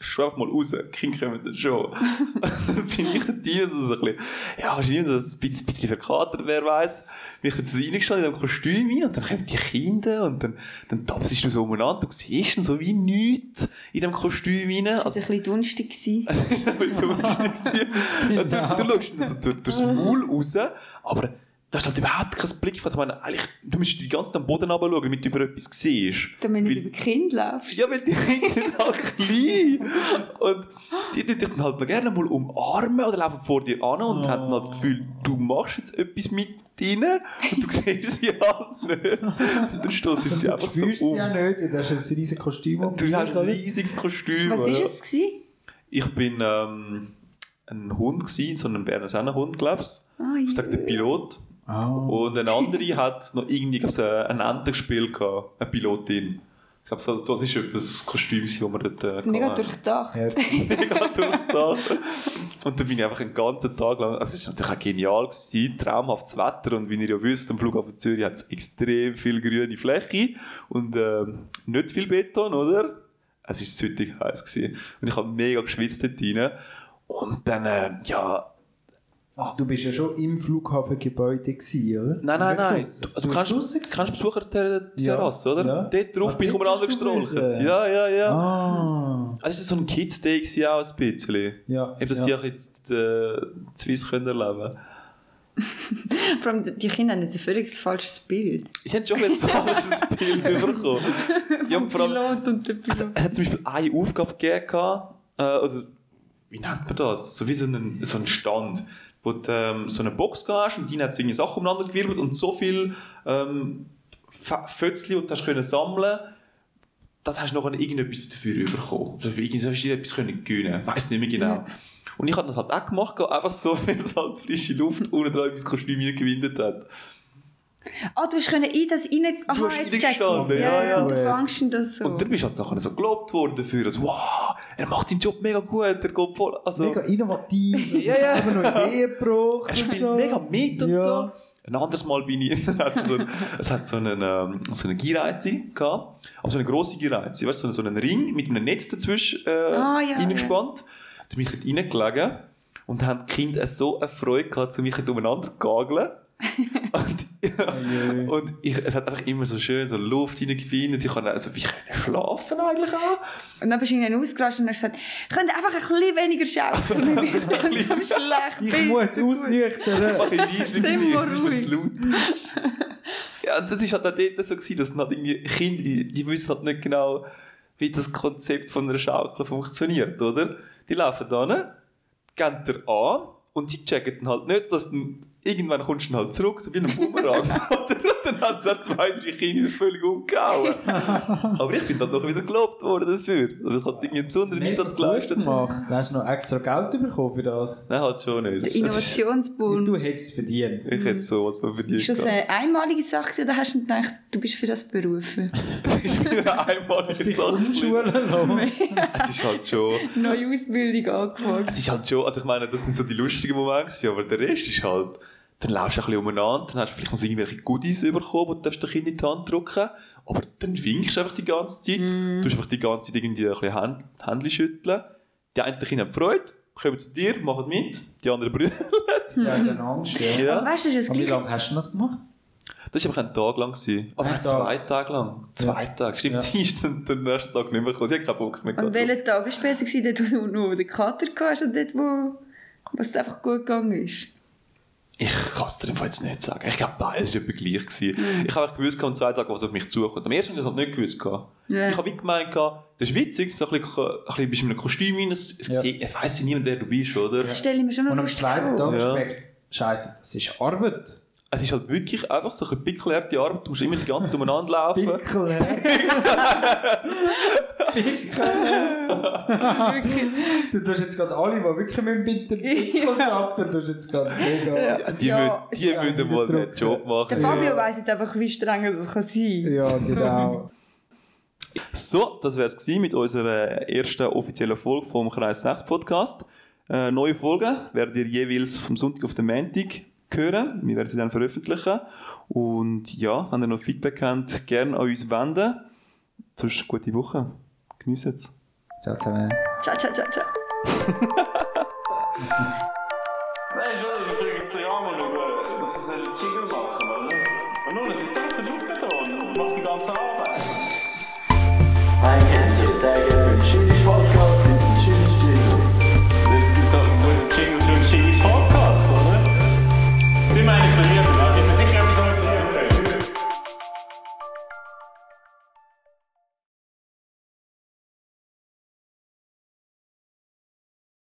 S3: schau einfach mal raus, die Kinder kommen dann schon. Und dann bin ich da rein, so, so ein bisschen, ja, wahrscheinlich so ein bisschen, bisschen verkatert, wer weiß Bin ich da so reingestanden in diesem Kostüm rein und dann kommen die Kinder und dann, dann tapsest du so umeinander, du siehst dann so wie nichts in diesem Kostüm rein.
S5: Das war
S3: Also,
S5: ein bisschen dunstig. gewesen.
S3: das war ein bisschen unschön. Und Du,
S4: Genau.
S3: du schaust also durch, durchs
S4: Mhm.
S3: Maul raus, aber da ist halt überhaupt kein Blick. Ich meine, eigentlich, du müsstest die ganze Zeit am Boden runterschauen, damit du über etwas siehst.
S5: Damit du
S3: Weil-
S5: nicht über Kind läufst.
S3: ja, weil die Kinder sind halt klein. Und die tun dich dann halt noch gerne mal umarmen oder laufen vor dir an und haben halt das Gefühl, du machst jetzt etwas mit ihnen und du siehst sie halt nicht. Und dann stoßt
S4: Du
S3: sie einfach so
S4: spürst sie
S3: um.
S4: ja nicht, weil du hast ein riesiges Kostüm. um dich,
S3: Du hast ein
S4: oder?
S3: riesiges Kostüm.
S5: Was
S3: oder?
S5: war es? Gewesen?
S3: Ich bin ähm, ein Hund, gewesen, so ein Berner Sennenhund, glaube ich.
S5: Ah,
S3: Ich sage der Pilot.
S4: Ah.
S3: Und eine andere hat noch irgendwie, ich glaube, ein Ente gespielt, gehabt, eine Pilotin. Ich glaube, so- so- das ist etwas Kostüm, das wir dort äh, gehabt
S5: Mega
S3: haben.
S5: durchdacht.
S4: Ja,
S3: mega durchdacht. Und dann bin ich einfach einen ganzen Tag lang, also es war natürlich auch genial, gewesen, traumhaftes Wetter und wie ihr ja wisst, am Flughafen Zürich hat es extrem viel grüne Fläche und ähm, nicht viel Beton, oder? Es war süttig heiß gewesen. und ich habe mega geschwitzt dort rein. Und dann, äh, ja,
S4: Also du bist ja schon im Flughafengebäude gewesen, oder?
S3: Nein, nein,
S4: Nicht
S3: nein.
S4: draussen.
S3: Du, du kannst,
S4: draussen
S3: kannst Besucher der
S4: Ja.
S3: Terrasse, oder?
S4: Ja.
S3: Dort drauf
S4: Ah,
S3: bin ich
S4: dort
S3: umeinander
S4: bist du
S3: gestrollt.
S4: gewesen.
S3: Ja, ja, ja.
S4: Ah.
S3: Also es war so ein Kids-Day gewesen auch ein bisschen.
S4: Ja,
S3: Eben, dass
S4: ja.
S3: die auch jetzt äh, die Swiss können erleben
S5: Vor allem, die Kinder haben jetzt ein völlig falsches Bild.
S3: Ich hätte schon ein falsches Bild bekommen. Ja, und vor allem,
S5: Pilot und der Pilot.
S3: also, es hat zum Beispiel eine Aufgabe gegeben, gehabt, äh, oder wie nennt man das? So wie so einen, so einen Stand, wo du ähm, so eine Box hast und die hat irgendwie Sachen umeinander gewirbelt und so viel ähm, Fe- Fötzli und du hast können sammeln das hast du noch irgendetwas dafür bekommen. Also irgendwie so hast du dir etwas können gewinnen. Ich weiss nicht mehr genau. Und ich habe das halt auch gemacht, einfach so, weil es halt frische Luft ohne dran mein Kostüm mir gewinnt hat.
S5: Ah, du hast können in das rein... Aha,
S3: hast
S5: jetzt check ich's.
S3: reingestanden, ja,
S5: Ja,
S3: ja.
S5: ja, du fängst denn das so.
S3: Und dann bist du halt nachher so gelobt worden dafür, dass, wow, er macht seinen Job mega gut, er geht voll, also,
S4: Mega innovativ.
S3: Ja, ja.
S4: Selber noch Ideen gebracht.
S3: er
S4: und
S3: spielt
S4: so.
S3: mega mit und
S4: ja.
S3: so. Ein anderes Mal bin ich, es hat so, einen- es hat so einen, ähm, so einen Gehreize gehabt, aber so eine grosse Gehreize, weißt du, so, so einen Ring mit einem Netz dazwischen äh,
S5: Ah, ja,
S3: reingespannt. Da bin ich dort reingelegen und da haben die Kinder so eine Freude gehabt, zu mich dort umeinander zu gageln. und,
S4: je.
S3: und ich, es hat einfach immer so schön so Luft reingefallen und ich kann also, wie können schlafen eigentlich auch.
S5: Und dann bist du irgendwann ausgerastet und hast gesagt, könnt einfach ein bisschen weniger schaufeln, wenn ich so am schlecht
S4: Ich
S5: bin.
S4: muss ausnüchtern.
S3: mache ich leise
S5: Sei
S3: gewesen,
S5: mal
S3: das ist mir zu laut. Ja, und das ist halt auch dort so gewesen, dass dann halt irgendwie Kinder, die, die wissen halt nicht genau, wie das Konzept von einer Schaukel funktioniert, oder? Die laufen da hin, gehen dir an und sie checken dann halt nicht, dass dann irgendwann kommst du dann halt zurück, so wie ein Bumerang, oder? Und dann hat es auch zwei, drei Kinder völlig umgehauen. Aber ich bin dann noch wieder gelobt worden dafür. Also ich habe irgendwie einen besonderen Einsatz geleistet.
S4: gemacht. Du hast noch extra Geld bekommen für das.
S3: Nein, halt schon nicht.
S5: Der
S3: Es ist-
S5: Innovationsbund.
S4: Du hättest es verdient.
S3: Ich hätte sowas von verdient.
S5: Ist das
S3: gehabt.
S5: eine einmalige Sache gewesen, oder hast du gedacht, du bist für das berufen?
S3: Das ist wieder eine einmalige
S4: Dich
S3: Sache.
S4: umschulen lassen.
S3: Es ist halt schon.
S5: Neue Ausbildung angefangen.
S3: Es ist halt schon. Also ich meine, das sind so die lustigen Momente, gewesen, aber der Rest ist halt. Dann laufst du ein bisschen umeinander, dann hast du vielleicht noch irgendwelche Goodies bekommen, die du darfst den Kind in die Hand drücken. Aber dann winkst du einfach die ganze Zeit.
S4: Mhm.
S3: Du hast einfach die ganze Zeit irgendwie ein bisschen Hand, Händchen schütteln. Die einen Kinder haben Freude, kommen zu dir, machen mit. Die anderen brüllen.
S4: Ja, dann Angst. Ja.
S5: Aber weißt du, das ist das
S4: Und wie
S5: Gleiche.
S4: lange hast du das gemacht?
S3: Das war einfach ein Tag lang. Gewesen. Aber
S4: Ein
S3: nein,
S4: Tag.
S3: zwei Tage lang. Zwei Tage. Stimmt,
S4: Ja.
S3: sie ist dann den nächsten Tag nicht mehr gekommen. Sie hat keinen Bock mehr
S5: Und
S3: gehabt.
S5: welcher Tag war besser, gewesen, dort, wo du nur den Kater hast oder dort, wo wo es einfach gut gegangen ist?
S3: Ich kann es dir im Fall jetzt nicht sagen. Ich glaube, beides war etwa gleich.
S5: Mhm.
S3: Gewesen. Ich habe einfach gewusst, an zwei Tagen, was auf mich zukommt. Am ersten habe ich das nicht gewusst. gehabt.
S5: Ja.
S3: Ich habe wie gemeint, gehabt, das ist witzig, so ein bisschen, ein bisschen bist du in einem Kostüm rein, es, es,
S4: Ja.
S3: es weiss ja niemand, wer du bist, oder?
S5: Das stelle ich mir schon noch
S4: Und am
S5: lustig
S4: zweiten
S5: vor.
S4: Tag
S3: Ja.
S4: schmeckt, scheiße, das ist Arbeit.
S3: Es ist halt wirklich einfach so ein pickelharte Arbeit. Du musst immer die ganze Zeit umeinander laufen.
S4: Pickel, Du tust jetzt gerade alle, die wirklich mit bitter Pickel arbeiten, tust jetzt gerade mega.
S3: Ja, die
S5: Ja,
S3: müssen, die
S5: ja.
S3: müssen mal den Job
S5: Der
S3: machen.
S5: Fabio weiss jetzt einfach, wie streng das kann sein kann.
S4: Ja, genau.
S3: So, das wär's gewesen mit unserer ersten offiziellen Folge vom Kreis 6 Podcast. Äh, neue Folgen werdet ihr jeweils vom Sonntag auf den Montag hören. Wir werden sie dann veröffentlichen. Und ja, wenn ihr noch Feedback habt, gerne an uns wenden. Sonst gute Woche. Genießt es.
S4: Ciao zusammen.
S5: Ciao, ciao, ciao, ciao.
S1: Nein, schon, ich kriege jetzt den Rahmen über. Das ist ein Jingle machen, oder? Und nun, es ist selbst der Lukaton und macht die ganze Arbeit.
S2: I can't say it's that good for Cheese Podcast, it's a Cheese Jingle.
S1: Jetzt gibt's halt so einen Jingle für einen Jingle Podcast, oder? Die meine ich, der